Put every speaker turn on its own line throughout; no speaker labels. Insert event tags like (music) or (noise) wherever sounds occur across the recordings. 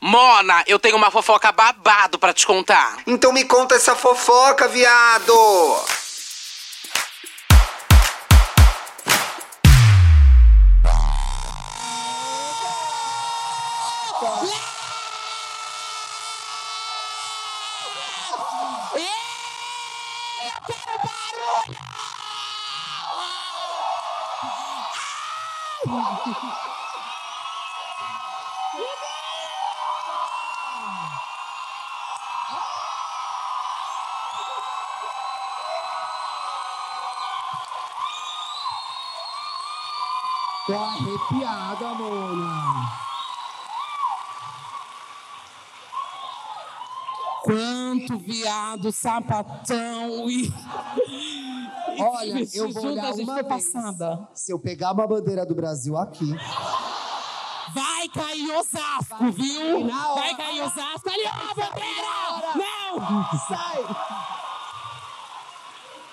Mona, eu tenho uma fofoca babado pra te contar.
Então me conta essa fofoca, viado!
Tô arrepiada, Mona. Quanto viado, sapatão
(laughs)
e.
Olha,
eu vou
Juro,
olhar
gente,
uma vez.
tô passada.
Se eu pegar uma bandeira do Brasil aqui.
Vai cair Osasco, viu?
na hora.
Vai cair Osasco. Ali, ó, a bandeira! Não!
Sai!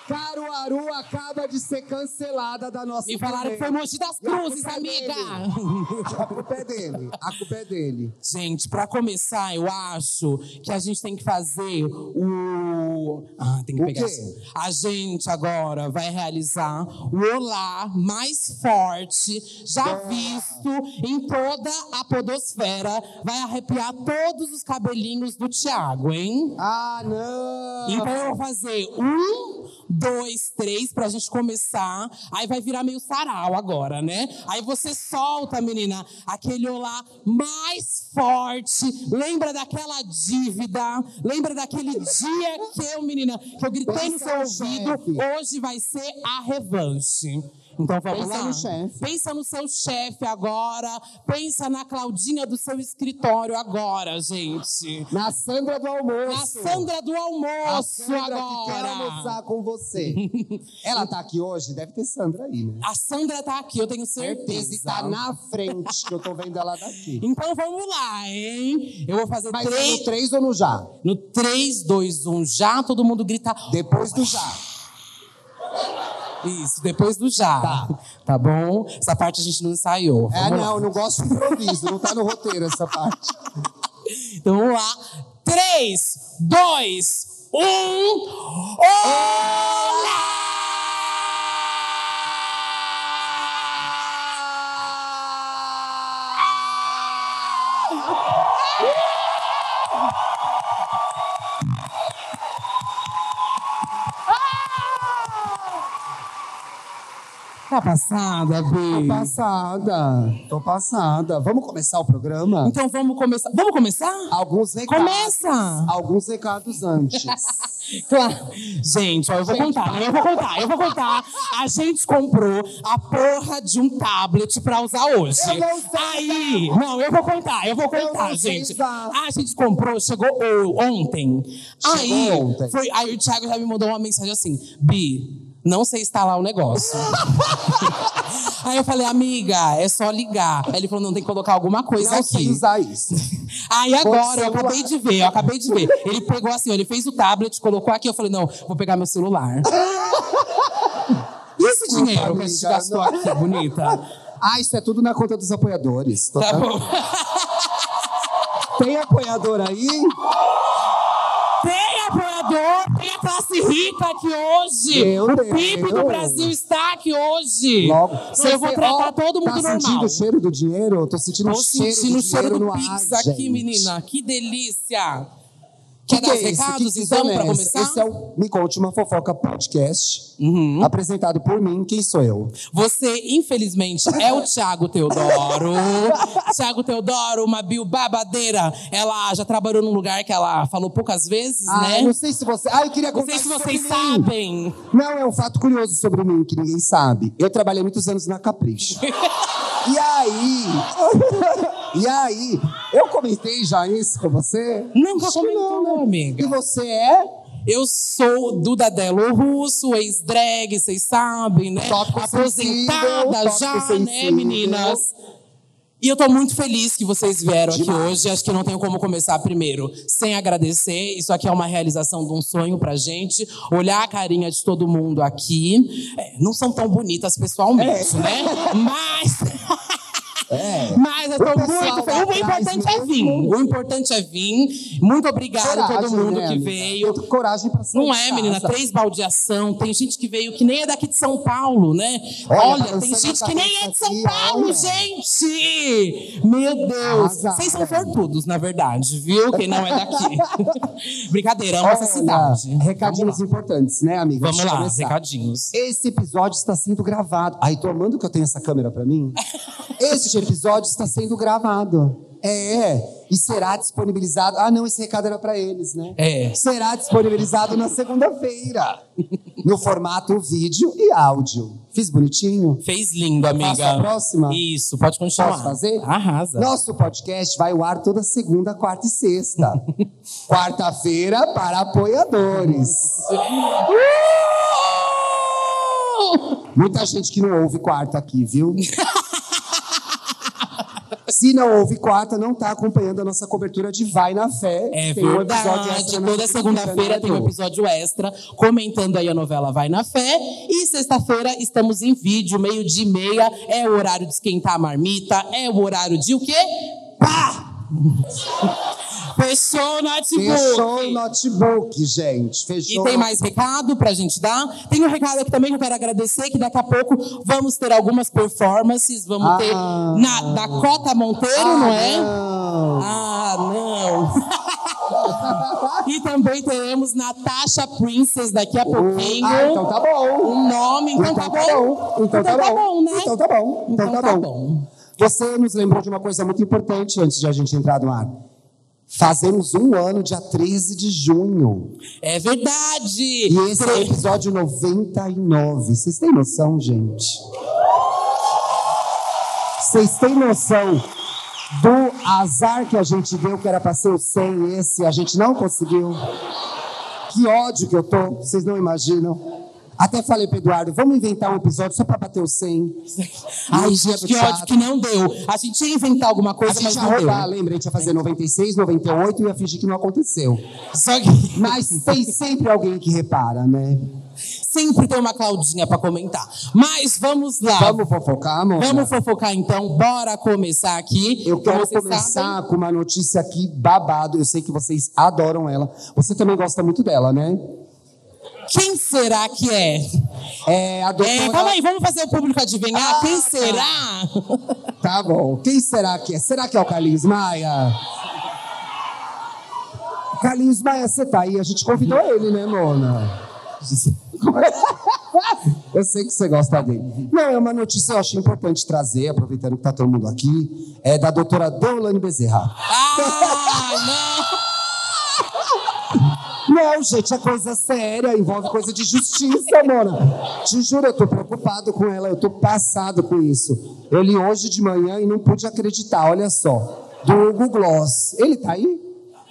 Caruaru acaba de ser cancelada da nossa
Me falaram que foi Monte das Cruzes, amiga!
é A culpa é dele. A culpa é dele.
Gente, pra começar, eu acho que a gente tem que fazer o. Ah, tem que
O
pegar.
quê?
isso. A gente agora vai realizar o Olá mais forte já visto em toda a Podosfera. Vai arrepiar todos os cabelinhos do Thiago, hein?
Ah, não!
Então eu vou fazer um, dois, três pra gente começar. Aí vai virar meio sarau agora, né? Aí você solta, menina, aquele olá mais forte. Lembra daquela dívida? Lembra daquele dia que eu, menina, que eu gritei no
Pensa
seu
no
ouvido?
chefe.
Hoje vai ser a revanche. Então vamos
Pensa
lá.
no chefe.
Pensa no seu chefe agora. Pensa na Claudinha do seu escritório agora, gente.
Na Sandra do
A
almoço.
Sandra do
A
almoço
Sandra que quer
agora.
almoçar com você. Ela tá aqui hoje? Deve ter Sandra aí, né?
a Sandra tá aqui, eu tenho certeza.
Certeza. E tá na frente, que eu tô vendo ela daqui.
Então vamos lá, hein? Eu vou fazer
Mas é
três.
no 3 ou no já?
No 3, 2, 1, já, todo mundo grita.
Depois do já.
Isso, depois do já.
Tá.
Tá bom? Essa parte a gente não ensaiou.
É,
Vamos
não,
lá.
não gosto de improviso, não tá no roteiro essa parte.
Então vamos lá. 3, 2, 1. Olá! Tá passada,
Tô
Bi?
passada, tô passada. Vamos começar o programa?
Então vamos começar. Vamos começar?
Alguns recados.
Começa!
Alguns recados
(laughs)
antes.
Claro. Gente, ó, eu vou contar,
tá.
né? eu vou contar, eu vou contar. A gente comprou a porra de um tablet pra usar hoje.
Eu não sei
Aí, não, eu vou contar, eu vou
Eu
contar,
não sei
gente.
usar.
A gente comprou, chegou o- ontem. aí,
ontem.
Foi, aí o Thiago já me mandou uma mensagem assim, Bi. Não sei instalar o negócio.
(laughs)
aí eu falei, amiga, é só ligar. Aí ele falou, não, tem que colocar alguma coisa
Não
aqui.
sei usar isso.
Aí
Pode
agora,
ser
eu acabei
celular.
de ver, eu acabei de ver. Ele pegou assim, ó, ele fez o tablet, colocou aqui, eu falei, não, vou pegar
(laughs)
meu celular. Esse
Desculpa,
dinheiro que a gente
amiga,
gastou
não.
aqui, bonita.
Ah, isso é tudo na conta dos apoiadores. Tô-
Tá bom.
Tem apoiador aí?
Tem apoiador, tem a classe rica aqui hoje.
Meu
o
Deus.
PIB do Brasil está aqui hoje.
Logo.
Então eu vou tratar
Ó,
todo
tá
mundo
sentindo
normal.
o cheiro do dinheiro? Eu tô sentindo
Tô
o cheiro
sentindo
do
o cheiro
dinheiro
do
no ar,
Pix aqui,
gente.
menina. Que delícia.
Que
Quer dar os
que é isso? Que
recados,
que
então, pra
zona é essa?
começar?
Esse é o Me Conte Uma Fofoca Podcast,
Uhum.
apresentado por mim, quem sou eu?
Você, infelizmente, é o Thiago
(laughs)
Teodoro. Thiago Teodoro, uma bio babadeira. Ela já trabalhou num lugar que ela falou poucas vezes,
Ah,
né?
eu não sei se você... Ah, eu queria
Não
contar
sei se
sobre
vocês
mim.
sabem.
Não, é um fato curioso sobre mim, que ninguém sabe. Eu trabalhei muitos anos na
(laughs)
Capricho. e aí... (laughs) e aí, eu comentei já isso com você?
Não, já
Acho que
comentou, amiga.
E você é?
Eu sou Duda Delo Russo, ex-drag, vocês sabem, né?
Tópico sensível,
Aposentada
tópico
já, né,
sensível.
meninas? E eu tô muito feliz que vocês vieram aqui
Demais.
hoje. Acho que não tenho como começar primeiro sem agradecer. Isso aqui é uma realização de um sonho pra gente. Olhar a carinha de todo mundo aqui.
(laughs)
É, não são tão bonitas pessoalmente, né? Mas.
É.
(laughs) Mas a tô
O pessoal lá
muito feliz. O
atrás,
importante é
né?
vir. O importante é vir. Muito obrigada a todo
Coragem,
mundo
né,
que
amiga?
veio.
Tem Coragem pra sair
Não
de
é, menina?
casa.
Três baldeação. Tem gente que veio que nem é daqui de São Paulo, né?
Olha,
Olha,
tá
tem
dançando
gente
essa
que nem é de
dança
São
aqui,
Paulo,
olha.
gente! Meu Deus!
Arrasada.
Vocês são fortudos, na verdade, viu? Quem não é daqui.
(laughs)
Brincadeira, é a nossa
Olha,
cidade.
Recadinhos importantes, né, amiga?
Vamos
Deixa eu
lá,
começar.
recadinhos.
Esse episódio está sendo gravado. Ai, tô amando que eu tenho essa câmera pra
(laughs)
mim. este episódio está sendo gravado. É, e será disponibilizado. Ah, não, esse recado era pra eles, né?
É.
Será disponibilizado na segunda-feira, no formato vídeo e áudio. Fiz bonitinho?
Fez lindo, amiga.
Faço a próxima?
Isso, pode continuar.
Posso fazer?
Arrasa.
Nosso podcast vai ao ar toda segunda, quarta e
(laughs)
sexta. Quarta-feira para apoiadores. Muita gente que não ouve quarta aqui,
(laughs)
viu? Se não ouve quarta, não tá acompanhando a nossa cobertura de Vai na Fé.
É
Tem um episódio
verdade.
extra na né,
Toda segunda-feira tem um episódio extra comentando aí a novela Vai na Fé. E sexta-feira estamos em vídeo, meio dia e meia. É o horário de esquentar a marmita. É o horário de o quê? Pá! Fechou o notebook.
Fechou o notebook, gente.
E
Fechou.
tem mais recado pra gente dar? Tem um recado aqui também que eu quero agradecer, que daqui a pouco vamos ter algumas performances, vamos
Ah.
ter na Dakota Monteiro,
Ah,
não é?
não.
Ah, não! e também teremos Natasha Princess daqui a pouquinho.
Ah, então tá bom.
Um nome, então, tá, bom.
Então, tá, bom.
né?
Então tá bom. Então, tá, bom. Você nos lembrou de uma coisa muito importante antes de a gente entrar no ar. Fazemos um ano, dia 13 de junho.
É verdade!
E esse é o episódio 99. Vocês têm noção, gente? Vocês têm noção do azar que a gente deu, que era pra ser o 100 esse, a gente não conseguiu? Que ódio que eu tô, vocês não imaginam. Até falei pro Eduardo, vamos inventar um episódio só pra bater o 100. No
Ai,
dia
gente,
do
que ódio
teatro.
que não deu. A gente ia inventar alguma
A
coisa,
gente
mas
ia
não deu.
roubar, tá, lembra? A gente ia fazer 96, 98 e ia fingir que não aconteceu.
Só que (laughs)
Mas tem sempre alguém que repara, né?
sempre tem uma Claudinha pra comentar. Mas vamos lá.
Vamos fofocar, amor?
Tá. Vamos fofocar então, bora começar aqui.
Eu quero
Como vocês
começar
sabem-
com uma notícia aqui babado. Eu sei que vocês adoram ela. Você também gosta muito dela, né?
Quem será que é?
É, a doutora...
É, calma aí, vamos fazer o público adivinhar.
Ah,
Quem
tá.
será?
Tá bom. Quem será que é? Será que é o Carlinhos Maia? Carlinhos Maia, você tá aí? A gente convidou ele, né, Mona? (laughs) Eu sei que você gosta dele. Não, é uma notícia que eu achei importante trazer, aproveitando que tá todo mundo aqui. É da doutora Deolane Bezerra.
Ah,
Não, gente, é coisa séria, envolve coisa de justiça, Mona. Te juro, eu tô preocupado com ela, eu tô passado com isso. Eu li hoje de manhã e não pude acreditar, olha só. Do Hugo Gloss. Ele tá aí?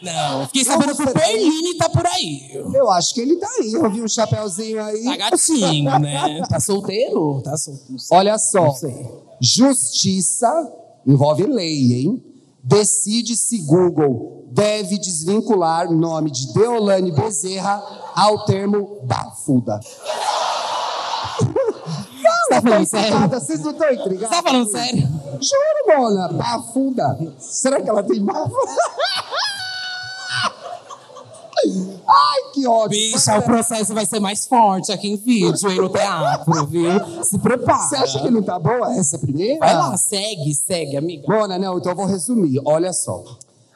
não! Não, fiquei
Não,
sabendo que o
você tem.
Perline tá por aí.
Eu acho que ele tá aí, eu vi um chapéuzinho aí.
Tá gatinho, né? (laughs) Tá solteiro? Tá solteiro.
Olha só.
Não sei.
Justiça envolve lei, hein? Decide se Google deve desvincular o nome de Deolane Bezerra ao termo (laughs) bafuda.
Você tá falando sério?
Nada, Vocês não estão intrigados?
Você tá falando sério?
Juro, Mona, bafuda. Será que ela tem bafuda? (laughs) Ai, que ódio.
Bicha, o processo vai ser mais forte aqui em vídeo, hein, no teatro, viu? Se prepara.
Você acha que não tá boa essa primeira?
Vai lá, segue, segue, amiga.
Mona, não, então eu vou resumir. Olha só.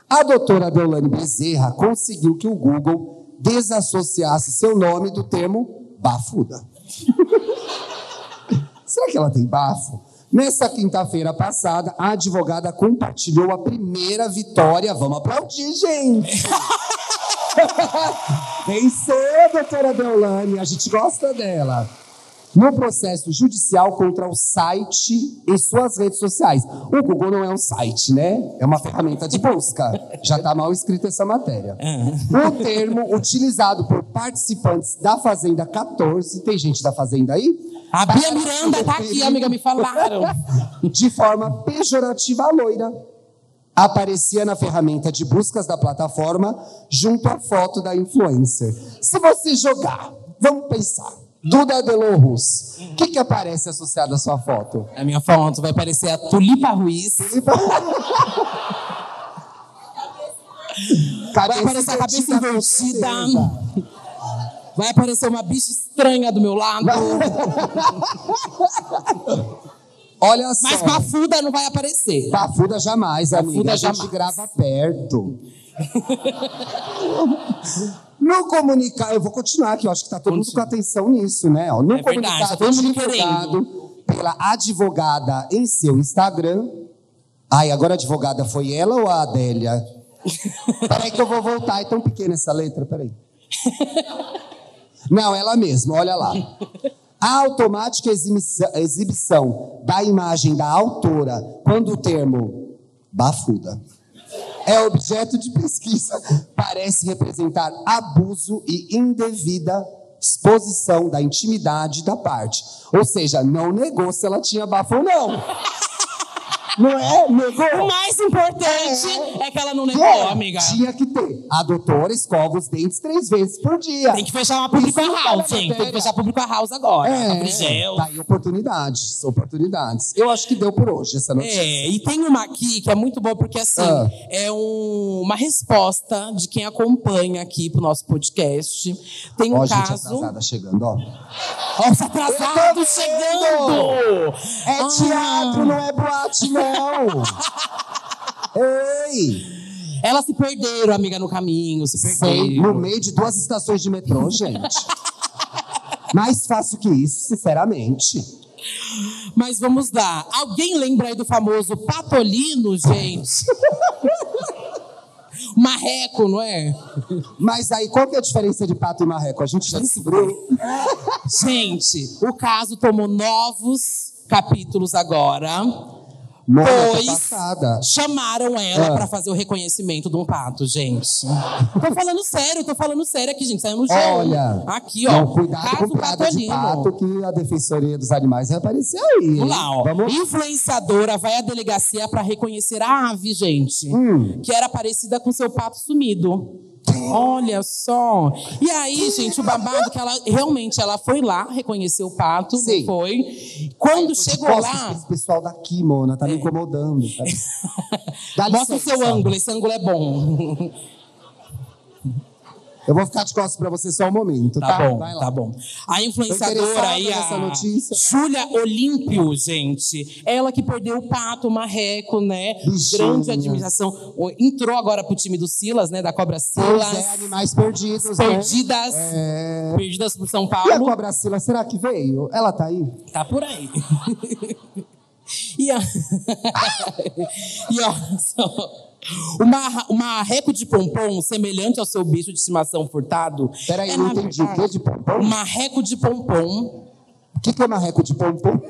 A doutora Deolane Bezerra conseguiu que o Google desassociasse seu nome do termo bafuda. (laughs) Será que ela tem bafo? Nessa quinta-feira passada, a advogada compartilhou a primeira vitória. Vamos aplaudir, gente! (laughs) Venceu, doutora Deolane, a gente gosta dela. No processo judicial contra o site e suas redes sociais. O Google não é um site, né? É uma ferramenta de busca. Já está mal escrita essa matéria.
É.
O termo utilizado por participantes da Fazenda 14, tem gente da Fazenda aí?
A Bia
Para
Miranda
se
tá aqui,
referir
amiga, me falaram.
de forma pejorativa à loira. Aparecia na ferramenta de buscas da plataforma junto à foto da influencer. Se você jogar, vamos pensar. Duda Delorus. O que, que aparece associado à sua foto?
A minha foto vai parecer a Tulipa Ruiz. Vai aparecer a cabeça
invertida na
invertida.
princesa.
Vai aparecer uma bicha estranha do meu lado.
Olha só.
Mas bafuda não vai aparecer.
Bafuda jamais, amiga. A gente
jamais.
grava perto. No comunicado, eu vou continuar aqui, eu acho que tá todo mundo com atenção nisso, né? ó. No
É verdade,
comunicado
tá todo mundo
divulgado pela advogada em seu Instagram. Ai, agora a advogada foi ela ou a
(laughs)
Adélia? Peraí que eu vou voltar, é tão pequena essa letra, peraí. Não, ela mesma, olha lá. A automática exibição, exibição da imagem da autora quando o termo bafuda é objeto de pesquisa parece representar abuso e indevida exposição da intimidade da parte. Ou seja, não negou se ela tinha bafo ou não. Não é?
O
Negou?
mais importante é que ela não negou,
É,
amiga.
Tinha que ter. A doutora escova os dentes três vezes por dia.
Tem que fechar uma pública
Isso tá
house,
na
hein? Tem
matéria.
que fechar a pública house agora. Abrir gel.
É, tá aí oportunidades, oportunidades. Eu acho que deu por hoje essa notícia.
É, e tem uma aqui que é muito boa, porque assim,
Ah.
é um- uma resposta de quem acompanha aqui pro nosso podcast. Tem um
ó, gente
caso.
atrasada chegando, ó.
Ó, os atrasados
Eu tô
chegando!
É
Ah.
teatro, não é boate,
(laughs)
não! Ei!
Elas se perderam, amiga, no caminho, se
Sei, no
perderam.
meio de duas estações de metrô, gente. Mais fácil que isso, sinceramente.
Mas vamos lá. Alguém lembra aí do famoso Patolino,
(laughs)
gente? Marreco, não é?
Mas aí, qual que é a diferença de pato e marreco? A gente já descobriu.
Gente, o caso tomou novos capítulos agora.
Mônica
Pois
passada.
chamaram ela
Ah.
pra fazer o reconhecimento de um pato, gente. tô falando sério, tô falando sério aqui, gente. Saiu no jogo.
Olha,
Aqui, ó.
não, cuidado
caso
com piada de
Patolino.
pato que a Defensoria dos Animais vai aparecer aí. hein?
Vamos lá, ó.
Vamos
Influenciadora vai à delegacia pra reconhecer a ave, gente.
Hum.
Que era parecida com seu pato sumido. Olha só. E aí, gente, o babado que ela realmente ela foi lá, reconheceu o pato, não
Sim.
foi. Quando
De
chegou
costas
lá, É.
pra Esse pessoal daqui, Mona, tá me incomodando.
(laughs)
cara. Dá
mostra o
licença.
seu ângulo, esse ângulo é bom.
Eu vou ficar de costas pra você só um momento,
(laughs) Tá
tá?
bom,
Vai lá.
tá bom. A influenciadora
interessada
aí,
nessa
a
notícia.
Júlia Olímpio, gente. Ela que perdeu o pato, o marreco, né?
Bichinha.
Grande admiração. O- Entrou agora pro time do Silas, né? Da Cobra
Pois
Silas.
é, animais perdidos, né?
Perdidas.
É.
Perdidas por São
E a
Paulo.
cobra Sila, será que veio? Ela tá aí?
Tá por aí. (laughs) e, a... (laughs) e olha só. O marra- o marreco de pompom, semelhante ao seu bicho de estimação furtado.
Peraí,
é,
não
na
entendi. O que é
verdade,
de pompom?
O marreco de pompom
O que, que é marreco de pompom?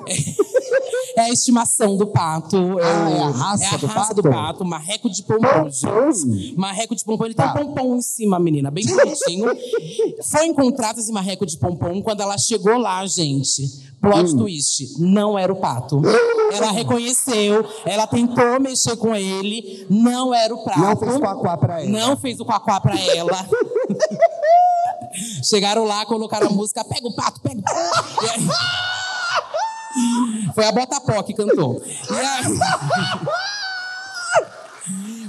É a estimação do pato.
Ah, é a raça
é a
do
raça
pato?
do pato. Marreco de pompom, gente. Marreco de pompom. Ele tem
Hum. Tá.
um pompom em cima, menina. Bem
(laughs)
bonitinho. Foi encontrado esse marreco de pompom quando ela chegou lá, gente.
Hum.
Plot twist. Não era o pato. Ela reconheceu. Ela tentou mexer com ele. Não era o pato.
Não fez coacuá pra ela.
Não fez o quaquá pra
(laughs)
ela. Chegaram lá, colocaram a música, pega o pato, pega o pato. E aí- Foi a Botapó que cantou. E aí-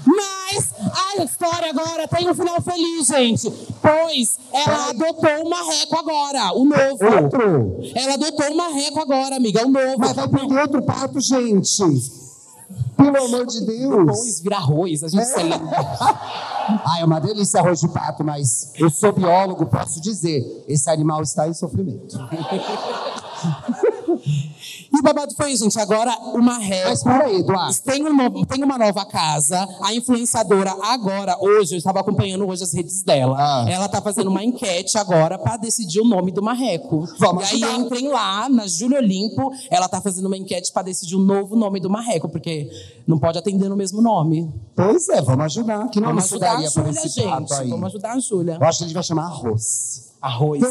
Mas a história agora tem um final feliz, gente. Pois ela adotou o marreco agora, o novo.
Outro!
Ela adotou o marreco agora, amiga, é o novo.
Mas é vai perder outro pato, gente! Pelo amor de Deus!
Arroz vira arroz, a
É. (laughs)
gente celebra.
Ah, é uma delícia arroz de pato, mas eu sou biólogo, posso dizer, esse animal está em sofrimento.
E o babado foi, gente, agora o marreco.
Mas peraí, Eduardo.
Tem uma, tem uma nova casa, a influenciadora agora, hoje, eu estava acompanhando hoje as redes dela.
Ah.
Ela tá fazendo uma enquete agora para decidir o nome do marreco.
Vamos
e aí
ajudar.
entrem lá na Júlia Olimpo, ela tá fazendo uma enquete para decidir o novo nome do marreco, porque não pode atender no mesmo nome.
Pois é, vamos ajudar. Que nome
Vamos ajudar a
ajudaria por
Júlia,
esse
gente.
pato aí?
Vamos ajudar a Júlia. (laughs)
Eu acho que a gente vai chamar arroz.
Arroz.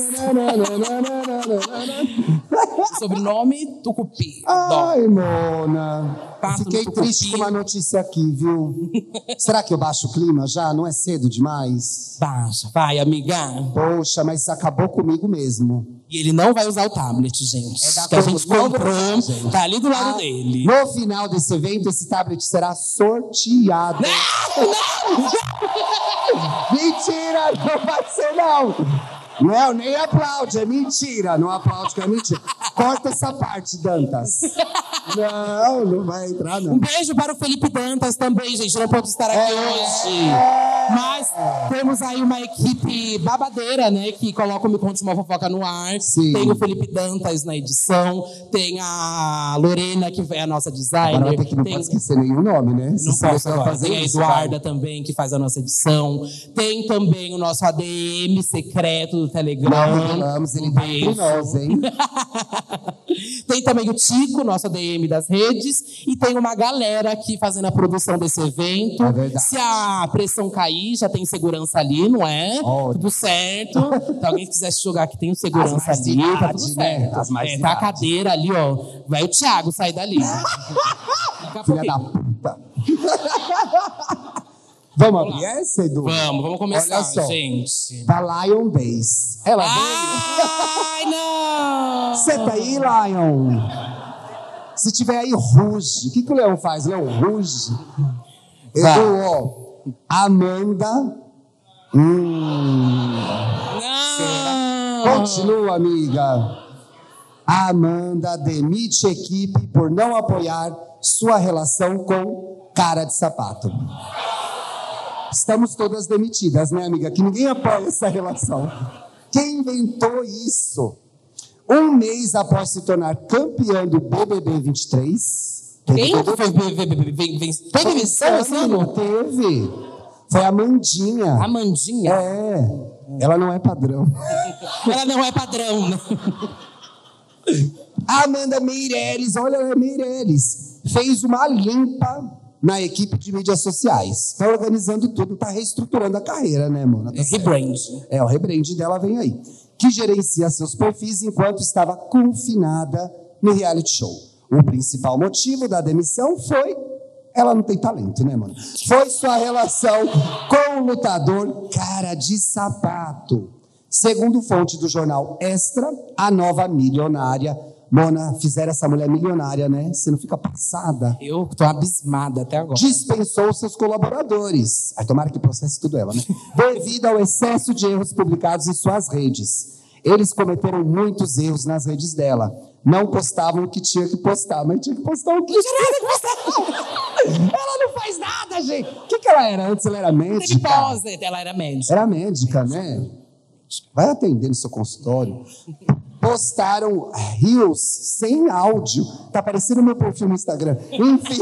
Sobrenome Tucupi. Adoro.
Ai, Mona.
Passo no
Fiquei
tucupi.
triste com uma notícia aqui, viu?
(laughs)
Será que eu baixo o clima já? Não é cedo demais?
Baixa, vai, amiga.
Poxa, mas acabou comigo mesmo.
E ele não vai usar o tablet, gente.
É da
que a gente
Coca-Cola,
comprou,
gente.
tá ali do lado
Ah,
dele.
No final desse evento, esse tablet será sorteado. Mentira, não vai ser não. Não, nem aplaude, é mentira. Não aplaude, que é mentira. Corta essa parte, Dantas. Não, não vai entrar, não.
Um beijo para o Felipe Dantas também, gente. Não pode estar aqui hoje. Mas temos aí uma equipe babadeira, né? Que coloca o Me Conte Uma Fofoca no ar.
Sim.
Tem o Felipe Dantas na edição. Tem a Lorena, que é a nossa
Agora vai
designer.
ter que não
tem...
pode esquecer nenhum nome, né?
Não posso agora. Tem a
isso,
Eduarda também, que faz a nossa edição. Tem também o nosso ADM secreto do Telegram.
Mauro Ramos, ele
Um
tá entre
beijo.
nós, hein?
(laughs) tem também o Tico, nosso ADM das redes, e tem uma galera aqui fazendo a produção desse evento.
É verdade.
Se a pressão cair, já tem segurança ali, não é?
Ótimo. (laughs)
Tudo certo. Se alguém quiser se jogar aqui, tem um segurança
mais de
ali, tá
idade,
tudo
né?
certo.
As mais
É,
de
tá a
idade.
cadeira ali, ó. Vai o Thiago sair
(laughs)
dali. Daqui
Filha
a pouquinho.
da puta. Vamos abrir essa, Edu?
Vamos, vamos começar,
Olha só.
gente.
Da Lion Days.
Ah!
Ela
Ai, não!
veio. Senta aí, Lion. Se tiver aí, ruge. O que, que o leão faz? Leão ruge.
Vai.
Edu, ó. Amanda. Hum.
Não!
Continua, amiga. A Amanda demite equipe por não apoiar sua relação com cara de sapato. Estamos todas demitidas, né, amiga? Que ninguém apoia essa relação. Quem inventou isso? Um mês após se tornar campeã do BBB 23.
Quem que foi vencedor? Foi vencedor esse
Não
ano?
teve. Foi a Mandinha.
Amandinha?
É. Ela não é padrão.
Ela não é padrão. né?
Amanda Meirelles, olha a Meirelles, fez uma limpa na equipe de mídias sociais. Está organizando tudo, está reestruturando a carreira, né, mano? Tá certo.
Rebrand.
É, o rebrand dela vem aí. Que gerencia seus perfis enquanto estava confinada no reality show. O principal motivo da demissão foi. Ela não tem talento, né, mano? Foi sua relação com o lutador cara de sapato. Segundo fonte do jornal Extra, a nova milionária. Mona, fizeram essa mulher milionária, né? Você não fica passada?
Eu tô abismada até agora.
dispensou seus colaboradores. Ai, tomara que processe tudo ela, né? (laughs) Devido ao excesso de erros publicados em suas redes. Eles cometeram muitos erros nas redes dela. Não postavam o que tinha que postar, mas tinha que postar o que tinha que postar. (laughs) ela não faz nada, gente. O que, que ela era antes? Ela era
Teve
médica?
pose, então, ela era médica.
Era médica, né? Vai atender no seu consultório. Postaram rios sem áudio. Tá parecendo meu perfil no Instagram. Enfim.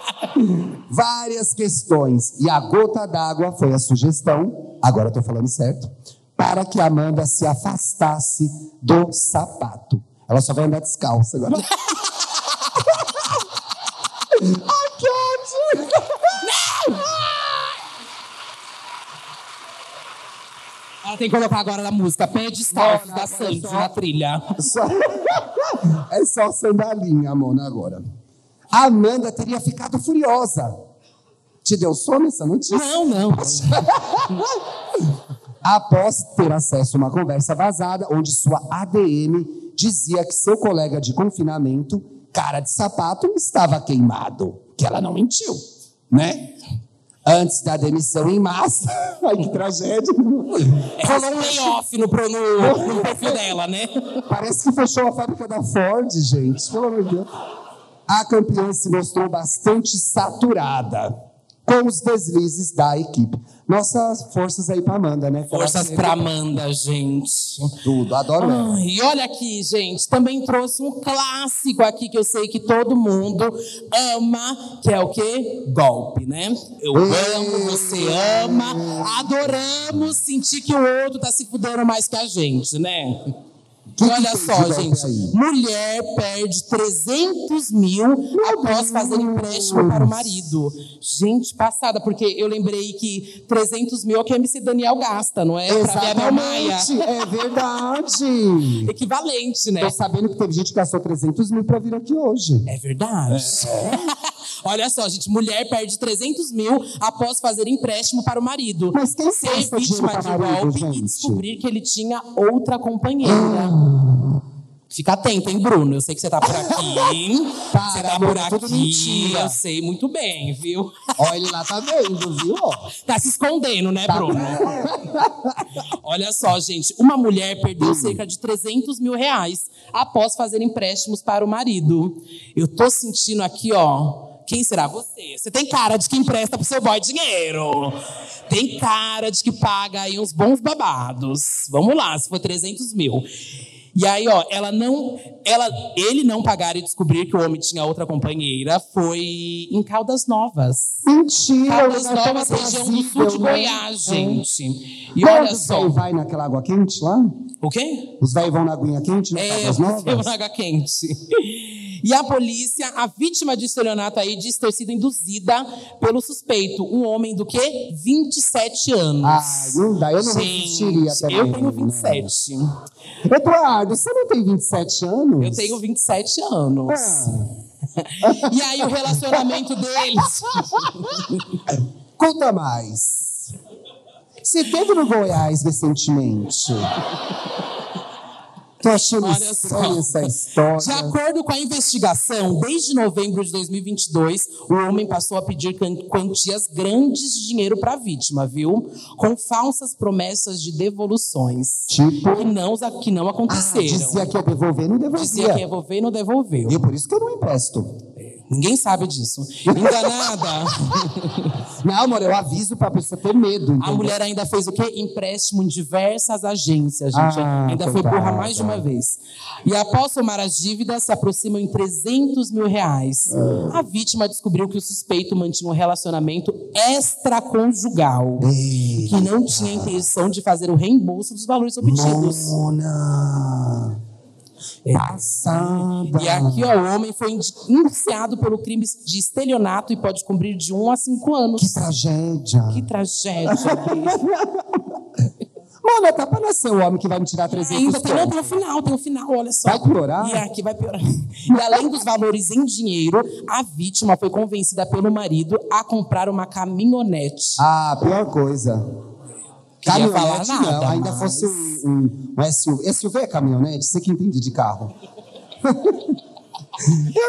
(laughs) várias questões. E a gota d'água foi a sugestão, agora estou falando certo, para que a Amanda se afastasse do sapato. Ela só vai andar descalça (laughs) agora. Ai, que ódio!
Ela tem que colocar agora na música Pé Descalço
Não,
da
agora
Santos
só-
na trilha.
Só- (laughs) é só sandalinha, Mona, agora. A Amanda teria ficado furiosa. Te deu sono essa notícia?
Não, não.
Após ter acesso a uma conversa vazada, onde sua ADM dizia que seu colega de confinamento, cara de sapato, estava queimado. Que ela não mentiu, né? Antes da demissão em massa. (laughs) Ai, que tragédia.
Rolou um layoff no, pro- no, no perfil dela, né?
Parece que fechou a fábrica da Ford, gente. Pelo amor de Deus. A campeã se mostrou bastante saturada com os deslizes da equipe. Nossas forças aí pra Amanda, né? Que ela
Forças
teve
pra Amanda, gente.
Tudo, adoro ela.
Ai, e olha aqui, gente, também trouxe um clássico aqui que eu sei que todo mundo ama, que é o quê? Golpe, né? Eu
Hum.
amo, você ama, adoramos sentir que o outro tá se fudendo mais que a gente, né?
que tem
olha
de
só,
golpe é
gente.
aí?
Mulher perde 300 mil após fazer empréstimo para o marido. Gente passada, porque eu lembrei que 300 mil é o que MC Daniel gasta, não é? Pra ver a Bel Maia.
Exatamente, é
(laughs)
verdade.
Equivalente, né?
Tô sabendo que teve gente que gastou 300 mil pra vir aqui hoje.
É verdade.
É.
(laughs) Olha só, gente, mulher perde 300 mil após fazer empréstimo para o marido.
Mas quem
ser
gasta dinheiro
vítima
para
de
marido,
golpe
gente?
e descobrir que ele tinha outra companheira. Fica atento, hein, Bruno? Eu sei que você tá por aqui.
Para,
você tá
amor,
por
é tudo
aqui.
mentira.
Eu sei muito bem, viu?
Olha, ele lá tá vendo, viu? ó?
Tá se escondendo, né, Bruno? Olha só, gente. Uma mulher perdeu cerca de 300 mil reais após fazer empréstimos para o marido. Eu tô sentindo aqui, ó. Quem será você? Você tem cara de que empresta pro seu boy dinheiro. Tem cara de que paga aí uns bons babados. Vamos lá, se for 300 mil. E aí, ó, ela não. Ela, ele não pagar e descobrir que o homem tinha outra companheira foi em Caldas Novas.
Mentira,
Caldas
lugar tão
Novas, região do sul
aprazível,
um de
é né?
Goiás, gente.
É.
E
Quando
olha
os
só.
véi vai naquela água quente lá?
O quê?
Os velhos vão na aguinha quente, né?
É,
Caldas Novas?
água quente. E a polícia, a vítima de estelionato aí, diz ter sido induzida pelo suspeito, um homem do quê? 27 anos.
Ai, Ah, não dá, eu não
Gente,
resistiria também.
eu tenho
né?
27.
Eduardo, você não tem 27 anos?
Eu tenho 27 anos.
Ah,
E aí o relacionamento deles.
conta mais. Você teve no Goiás recentemente? Tô achando
Olha só.
estranha
(laughs)
essa história.
De acordo com a investigação, desde novembro de 2022, o homem passou a pedir can- quantias grandes de dinheiro para a vítima, viu? Com falsas promessas de devoluções.
Tipo?
Que não, que não
Ah,
aconteceram.
dizia que ia devolver, não devolvia.
Dizia que ia devolver e não devolveu.
E por isso que eu não empresto.
Ninguém sabe disso. Enganada.
Não, amor, eu aviso pra pessoa ter medo.
A
entendeu?
mulher ainda fez o quê? Empréstimo em diversas agências, gente.
Ah,
ainda foi
coitada.
burra mais de uma vez. E após somar as dívidas, se aproximam em 300 mil reais.
Ah.
A vítima descobriu que o suspeito mantinha um relacionamento extraconjugal.
Ei,
Que não tinha intenção de fazer o reembolso dos valores obtidos.
Mona.
É.
Passada.
E aqui, ó, o homem foi indi- indiciado pelo crime de estelionato e pode cumprir de 1 a 5 anos.
Que tragédia.
Que tragédia.
Mona, tá pra nascer o homem que vai me tirar 300
Ainda tem, não,
conto.
tem o final, tem o final, olha só.
Vai piorar?
E aqui vai piorar. E além dos valores em dinheiro, a vítima foi convencida pelo marido a comprar uma caminhonete.
Ah, pior coisa.
Queria
Caminhonete
falar nada,
não, ainda
mas-
fosse um, um, um SUV. SUV é caminhonete? Você que entende de carro. (laughs) eu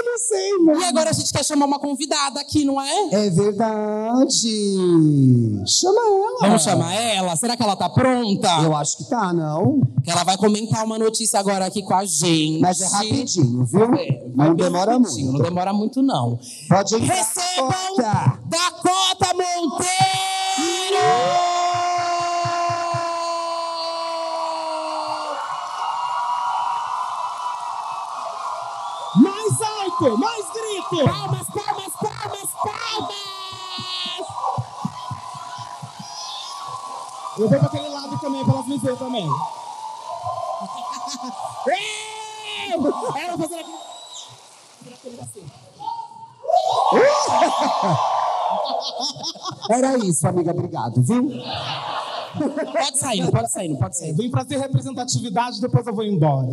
não sei, mano.
E agora a gente quer chamar uma convidada aqui, não é?
É verdade. Chama ela.
Vamos chamar ela? Será que ela tá pronta?
Ah. Eu acho que tá, não.
Que Ela vai comentar uma notícia agora aqui com a gente.
Mas é rapidinho, viu?
É, vai
não
bem
demora
rapidinho,
muito.
Não demora muito, não.
Pode entrar.
Recebam
Corta.
Dakota Monteiro!
Mais alto, mais grito!
Palmas, palmas, palmas, palmas!
Eu vou pra aquele lado também, pra elas me ver também.
É!
Eu! Ela fazendo aqui.
Era isso, amiga. Obrigado, viu?
Pode sair, não pode sair, não pode sair.
Vim pra ter representatividade, depois eu vou embora.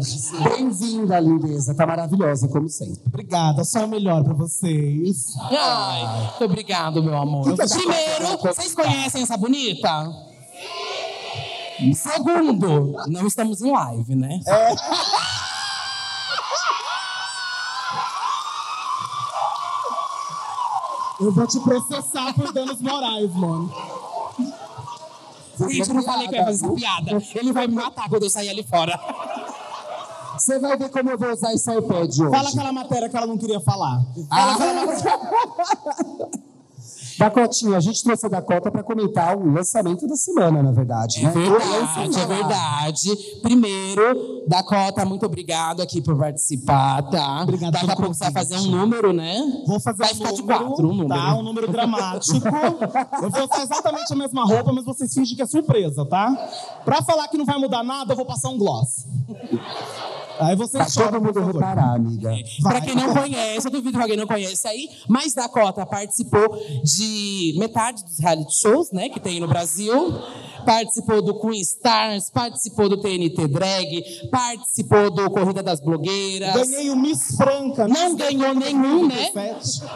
Bem-vinda, lindeza. Tá maravilhosa, como sempre.
Obrigada, só o melhor pra vocês.
Ai, muito obrigado, meu amor. Primeiro, vocês conhecem essa bonita? Segundo, não estamos em live, né?
Eu vou te processar por danos morais, mano.
Gente, eu não falei que eu ia fazer essa piada. Ele vai me matar quando eu sair ali fora.
Você vai ver como eu vou usar esse iPad hoje.
Fala aquela matéria que ela não queria falar.
Ah. Dacotinha, a gente trouxe a Dakota pra comentar o lançamento da semana, na verdade. né?
Verdade, é verdade. Primeiro, Dakota, muito obrigado aqui por participar, tá?
Obrigado
Daqui a
pelo
pouco você vai
convite.
fazer um número, né?
Vou fazer
vai
um
ficar
número,
de quatro, um número.
tá? Um número dramático. eu vou usar exatamente a mesma roupa, mas vocês fingem que é surpresa, tá? Pra falar que não vai mudar nada, eu vou passar um gloss. Aí você
Pra
chora,
todo
por
mundo
favor.
reparar, amiga.
Pra quem não conhece, eu duvido que alguém não conhece aí, mas Dakota participou de metade dos reality shows, né, que tem no Brasil. Participou do Queen Stars, participou do TNT Drag, participou do Corrida das Blogueiras.
Ganhei o Miss Franca.
Não
Miss
ganhou nenhum, né?
2017.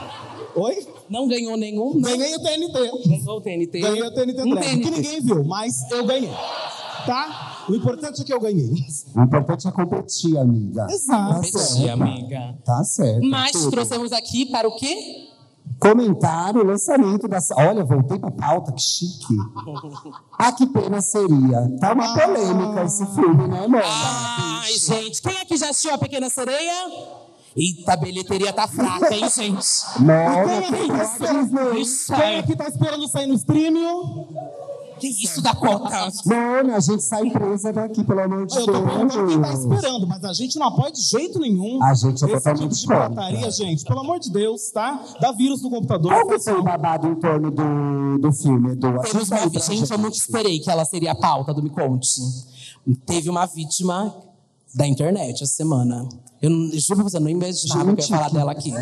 Oi?
Não ganhou nenhum, não
Ganhei o TNT.
ganhou o TNT.
Ganhei o TNT
Um
Drag, que
TNT.
ninguém viu, mas eu ganhei. Tá? O importante é que eu ganhei.
O importante é competir, amiga.
Exato.
Tá
Competir,
certo.
amiga.
Tá certo.
Mas
tudo.
trouxemos aqui para o quê?
Comentário, lançamento da. Olha, voltei pra pauta, que chique. Ah, que pena seria. Tá uma
Ah.
polêmica esse filme, né, mano?
Ai, gente, quem aqui já assistiu a Pequena Sereia? Eita, a bilheteria tá fraca, hein, gente?
Nossa,
(laughs) Quem aqui, tá esperando-
Isso
quem
aí.
aqui tá esperando sair no streaming?
Que isso da cota?
mano, a gente sai presa daqui, pelo amor de
Eu tô perguntando quem tá
Deus.
esperando, mas a gente não apoia de jeito nenhum.
A gente é
Esse tipo
totalmente
de
contra.
pataria, gente. Pelo amor de Deus, tá? Dá vírus no computador.
Qual que foi o babado em torno do, do filme, Edu? tá
Temos
Ajuda
uma
aí pra
vítima, gente, eu nunca esperei que ela seria a pauta do Me Conte. Teve uma vítima da internet essa semana. Eu não- eu juro pra você, eu não imaginava que eu ia
Gente,
falar
que-
dela aqui.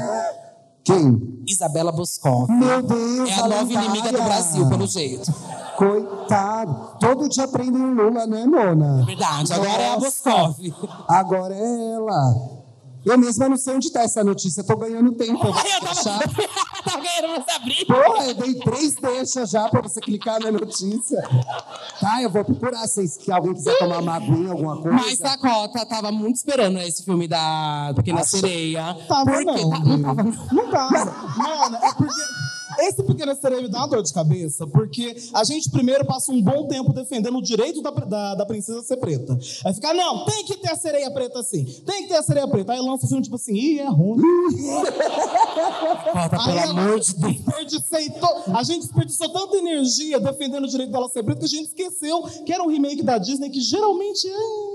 Quem?
Isabela Boscov.
Meu Deus,
É a nova
lendária.
inimiga do Brasil, pelo jeito.
Coitado. Todo dia prendem o Lula, né, Mona?
Verdade, agora é a
Nossa.
Boscov.
Agora é ela. Eu mesma não sei onde tá essa notícia, eu tô ganhando tempo. Eu vou
Eu tava,
achar.
(laughs) tava ganhando essa briga.
Porra, eu dei três deixas já pra você clicar na notícia. Tá, eu vou procurar se se alguém quiser tomar uma aguinha, alguma coisa.
Mas Dakota tava muito esperando esse filme da Pequena
Acho-
Sereia.
Tava,
porque
não.
tá- não tava, não.
Não dá. Mano, é porque. Esse pequeno sereia me dá uma dor de cabeça, porque a gente primeiro passa um bom tempo defendendo o direito da, da, da princesa ser preta. Aí fica, não, tem que ter a sereia preta assim, tem que ter a sereia preta. Aí lança o filme tipo assim, ih, é ruim.
Dakota,
Aí
pelo
ela
amor de Deus.
desperdicei to- A gente desperdiçou tanta energia defendendo o direito dela ser preta que a gente esqueceu que era um remake da Disney que geralmente é.